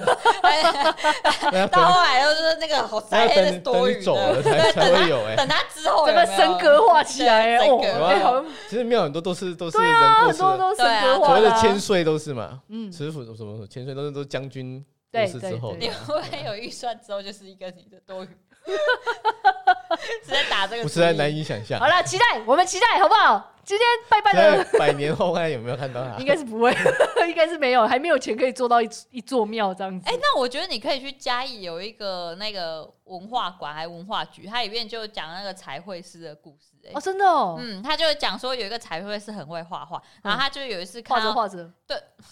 S3: 那要等
S1: 到后来就是那个好
S3: 那
S1: 塞
S3: 要
S1: 黑的是
S3: 等
S1: 多
S3: 等
S1: 余的，
S3: 你走了才
S1: 对
S3: 才
S1: 等他
S3: 会有哎。
S1: 等他之后
S2: 整个升格化起来
S1: 对
S2: 哦，
S1: 升格
S3: 化
S2: 哎，好像
S3: 其实庙很多都是都是
S2: 对
S3: 人
S2: 啊，
S3: 故
S2: 很
S3: 事
S2: 多
S3: 的，
S2: 都升格
S3: 所
S2: 化
S3: 谓
S2: 的
S3: 的
S2: 啊
S3: 千岁都是嘛，
S2: 嗯，
S3: 慈府什么什么千岁都是都是将军
S2: 对
S3: 过世之后的
S1: 你
S2: 对。
S1: 会不会有预算之后就是一个你的多余？是在打这个主意，
S3: 我实在难以想象
S2: 好。了，期待我们期待好不好？今天拜拜
S3: 在
S2: 的
S3: 百年后看有没有看到他
S2: 应？该是不会， 应该是没有，还没有钱可以做到一一座庙这样子。
S1: 哎、那我觉得你可以去嘉义有一个那个文化馆还文化局，它里面就讲那个彩绘师的故事、哎、
S2: 哦，真的哦，嗯
S1: 嗯，他就讲说有一个彩绘师很会画画，然后他就有一次
S2: 画
S1: 看啊
S2: 着
S1: 到
S2: 画着，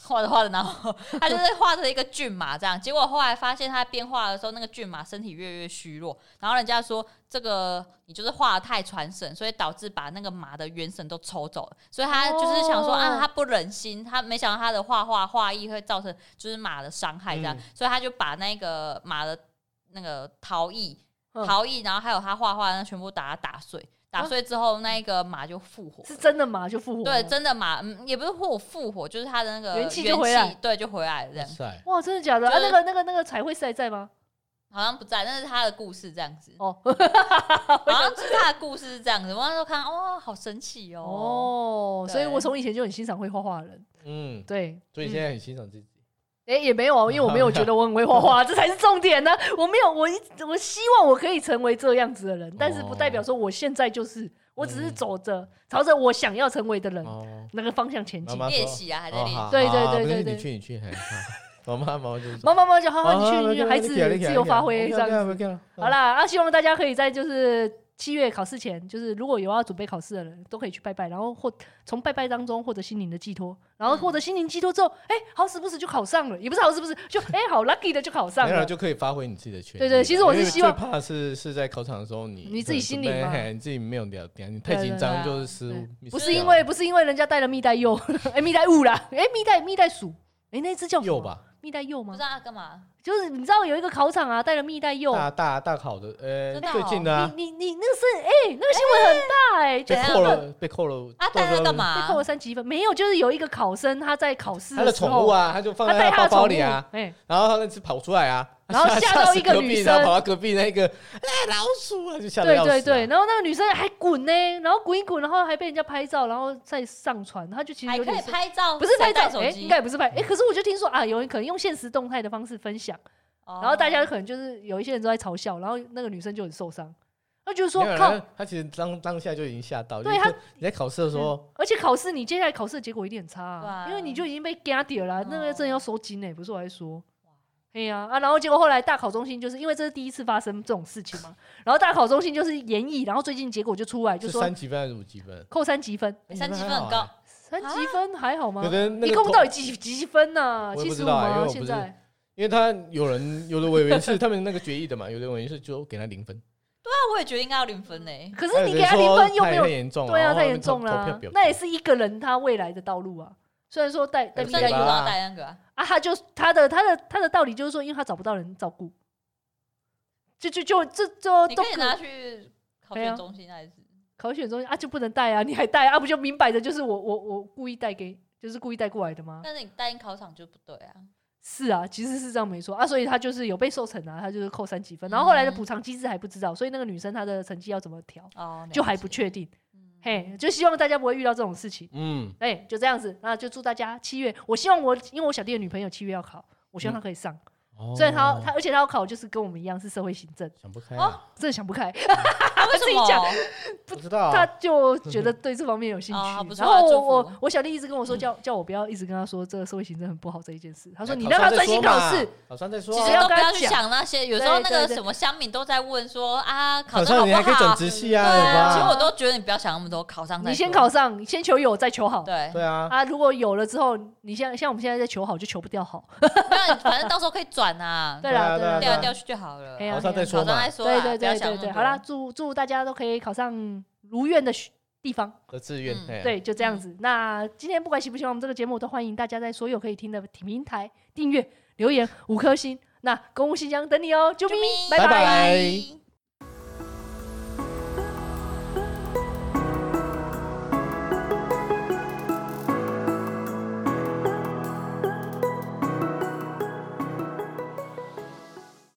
S1: 画着画着，然后他就是画着一个骏马这样，结果后来发现他边画的时候，那个骏马身体越来越虚弱，然后人家说这个你就是画的太传神，所以导致把那个马的元神都抽走了，所以他就是想说、
S2: 哦
S1: 啊，他不忍心，他没想到他的画画画艺会造成就是马的伤害这样，
S3: 嗯
S1: 所以他就把那个马的那个陶艺
S2: 嗯啊
S1: 陶艺，然后还有他画画，那全部把它打碎，打碎之后那一个马就复活了
S2: 是真的吗？就复活了？
S1: 对，真的嘛，嗯，也不是复复活，就是他的那个
S2: 元气就回来
S1: 对，就回来了这样。
S3: 塞，
S2: 哇，真的假的？啊，
S1: 就是
S2: 那个那个那个彩绘师还在吗？
S1: 好像不在，那是他的故事这样子。
S2: 哦
S1: 好 像是他的故事是这样子。我那时候看，哦，好神奇哦。
S2: 哦，
S1: 对
S2: 所以我从以前就很欣赏会画画的人，
S3: 嗯，
S2: 对，
S3: 所以现在很欣赏自己。
S2: 哎、也没有啊，因为我没有觉得我很会画 画，这才是重点呢、我没有，我一我希望我可以成为这样子的人，但是不代表说我现在就是，我只是走着、朝着我想要成为的人、
S3: 哦，
S2: 那个方向前
S3: 妈
S2: 进。
S3: 妈说
S1: 练习啊，还在
S3: 哦
S1: 练习。
S3: 好
S2: 对对
S3: 好
S2: 对
S3: 不是
S2: 对
S3: 你去你去，嘿好我妈妈就说
S2: 妈妈妈就好好，你去，
S3: 啊
S2: 哦你去，
S3: 不要
S2: 孩
S3: 不
S2: 子
S3: 要不要
S2: 自由发挥
S3: 不
S2: 这
S3: 要
S2: 样
S3: 不要
S2: 子。
S3: 不要不要
S2: 好啦，啊，希望大家可以在就是七月考试前，就是如果有要准备考试的人，都可以去拜拜，然后获从拜拜当中获得心灵的寄托，然后获得心灵寄托之后，哎、好死不死就考上了，也不是好死不死，就哎、好 lucky 的就考上
S3: 没有
S2: 了
S3: 了。就可以发挥你自己的权利。
S2: 对对其实我是
S3: 因为
S2: 希望
S3: 最怕的是是在考场的时候你
S2: 你自己心里
S3: 准备
S2: 嘛
S3: 嘿你自己没有聊天，你太
S2: 对对
S3: 紧张
S1: 对
S3: 就是失误
S2: 对。
S3: miss
S2: 不是
S3: 掉
S2: 因为不是因为人家带了蜜袋鼬， 哎、蜜袋鼯啦，哎、蜜袋蜜袋鼠，哎、那一只叫什
S3: 右
S2: 么？
S3: 吧，
S2: 蜜袋鼬
S1: 不
S2: 吗
S1: 知？道他干嘛？
S2: 就是你知道有一个考场啊，带了蜜袋鼬，
S3: 大大大考的，呃
S1: 真的，哦
S3: 最近的啊，
S2: 你你你那个是哎、那个新闻很大哎、就
S3: 被
S1: 怎样
S3: 扣了，被扣了。
S1: 啊，带那干
S2: 被
S1: 嘛
S2: 扣？了三级分，
S1: 啊
S2: 没有，就是有一个考生他在考试
S3: 他的
S2: 时候
S3: 宠物啊，他就放
S2: 他
S3: 在
S2: 带
S3: 他的
S2: 他的
S3: 包包
S2: 宠物
S3: 里啊，，
S2: 哎、
S3: 然后他那只跑出来啊，
S2: 然后吓到一个
S3: 吓死隔壁
S2: 女生
S3: 然后跑到隔壁那个，哎，老鼠啊，就吓得
S2: 对
S3: 要死啊。
S2: 对对，然后那个女生还滚呢、然后滚一滚，然后还被人家拍照，然后再上传，她就其实
S1: 还
S2: 有
S1: 可以
S2: 点是
S1: 拍照，
S2: 不是拍
S1: 谁带
S2: 照，
S1: 手
S2: 哎、
S1: 机，
S2: 应该也不是拍，哎、可是我就听说啊，有人可能用现实动态的方式分享，
S1: 哦
S2: 然后大家可能就是有一些人都在嘲笑，然后那个女生就很受伤，她就说
S3: 没有
S2: 靠，
S3: 他他其实当当下就已经吓到，就
S2: 对
S3: 是
S2: 他嗯
S3: 说你在考试的时候，
S2: 而且考试你接下来考试的结果一定很差、
S1: 对啊嗯
S2: 因为你就已经被嘎掉了啊、那个真的要收金欸呢、不是我在说
S1: 哇。
S2: 哎呀啊然后结果后来大考中心就是因为这是第一次发生这种事情嘛，然后大考中心就是研议，然后最近结果就出来，就是说
S3: 三级分还是五级分？
S2: 扣三级分，
S1: 哎三级
S3: 那
S1: 分
S3: 还好
S1: 很高
S3: 欸，，
S2: 三级
S1: 啊
S2: 分还好吗
S3: 那？跟那
S2: 一
S3: 个
S2: 共
S3: 同
S2: 到底几几分呢、
S3: 我也
S2: 七
S3: 不
S2: 十
S3: 知
S2: 五
S3: 道啊因为
S2: 吗？
S3: 我
S2: 现
S3: 不是
S2: 在
S3: 因为他有人有的委员是他们那个决议的嘛，有的委员是就给他零分，
S1: 那我也觉得应该要零分呢。
S3: 还
S2: 可是
S3: 哎有
S2: 你
S3: 人
S2: 给他零
S3: 说
S2: 分又
S3: 太
S2: 没有
S3: 太，严重了，
S2: 对啊，
S3: 然后
S2: 太
S3: 他们
S2: 严重了
S3: 投
S2: 啊
S3: 投票，
S2: 那也是一个人他未来的道路啊。虽然说带带
S3: 哎不
S2: 蜜
S1: 所以
S2: 袋
S1: 你
S3: 对
S1: 不知
S2: 鼬
S3: 吧
S1: 道带那个啊，
S2: 啊，他就他的他的他的道理就是说，因为他找不到人照顾，就就就这这
S1: 你
S2: 都
S1: 可以拿去考
S2: 对啊
S1: 卷中心那里。
S2: 考选中心啊，就不能带啊，你还带啊，不就明摆着就是我我我故意带给，就是故意带过来的吗？
S1: 但是你带进考场就不对啊。
S2: 是啊，其实是这样没错啊，所以他就是有被受惩啊，他就是扣三几分，然后后来的补偿机制还不知道，所以那个女生她的成绩要怎么调
S1: 哦，
S2: 就还
S1: 嗯
S2: 不
S1: 了解。
S2: 确定，
S1: 嗯
S2: 嘿，就希望大家不会遇到这种事情。
S3: 嗯，
S2: 哎、就这样子，那就祝大家七月。我希望我，因为我小弟的女朋友七月要考，我希
S1: 嗯
S2: 望她可以上。
S3: 哦
S2: 虽然她要她，而且她要考，就是跟我们一样是社会行政，
S3: 想不开啊，
S1: 哦
S2: 真的想不开，
S1: 啊为什
S2: 自己讲
S1: 么？
S3: 不知道啊，
S2: 他就觉得对这方面有兴趣。
S1: 哦不错
S2: 然
S1: 啊
S2: 后
S1: 祝
S2: 我
S1: 福
S2: 我我小弟一直跟我说，叫叫我不要一直跟他说这个社会行政很不好这一件事。他
S3: 他
S2: 说你让他专心考试，，
S3: 哎考上再说
S1: 其
S3: 啊，
S1: 实
S2: 要
S1: 都不
S2: 跟他
S1: 要去
S2: 讲
S1: 想那些，有时候
S2: 对
S1: 那
S2: 对
S1: 个
S2: 对
S1: 什么乡民都在问说啊，考
S3: 考
S1: 得好
S3: 上
S1: 不
S3: 你还可以
S1: 好
S3: 转？直系啊，
S1: 对啊，其实
S3: 有吧
S1: 我都觉得你不要想那么多，考上再
S2: 你先
S1: 说
S2: 考上，先求有再求好。
S1: 对，
S3: 对啊，
S2: 啊，如果有了之后，你像像我们现在在求好就求不掉好。
S1: 那反正到时候可以转啊，
S2: 对
S3: 啊
S2: 啦，
S3: 对啊
S2: 啦，
S1: 调
S2: 对
S1: 来
S2: 啦
S1: 调去就好了
S2: 哎。呀
S3: 考上再
S1: 考
S3: 说
S1: 上
S3: 嘛
S1: 再，说啦，
S2: 对对
S1: 不要
S2: 对
S1: 想
S2: 对
S1: 那
S2: 对。
S1: 么
S2: 好啦，
S1: 多。
S2: 祝祝大家都可以考上如愿的学地方。
S3: 的志愿
S1: 嗯，
S3: 嘿啊
S2: 对，就这样子。那今天不管喜不喜欢我们这个节目，都欢迎大家在所有可以听的平台订阅、留言五颗星。那公务信箱等你哦，啾咪
S1: 啾咪，
S2: 拜
S3: 拜拜
S1: 拜。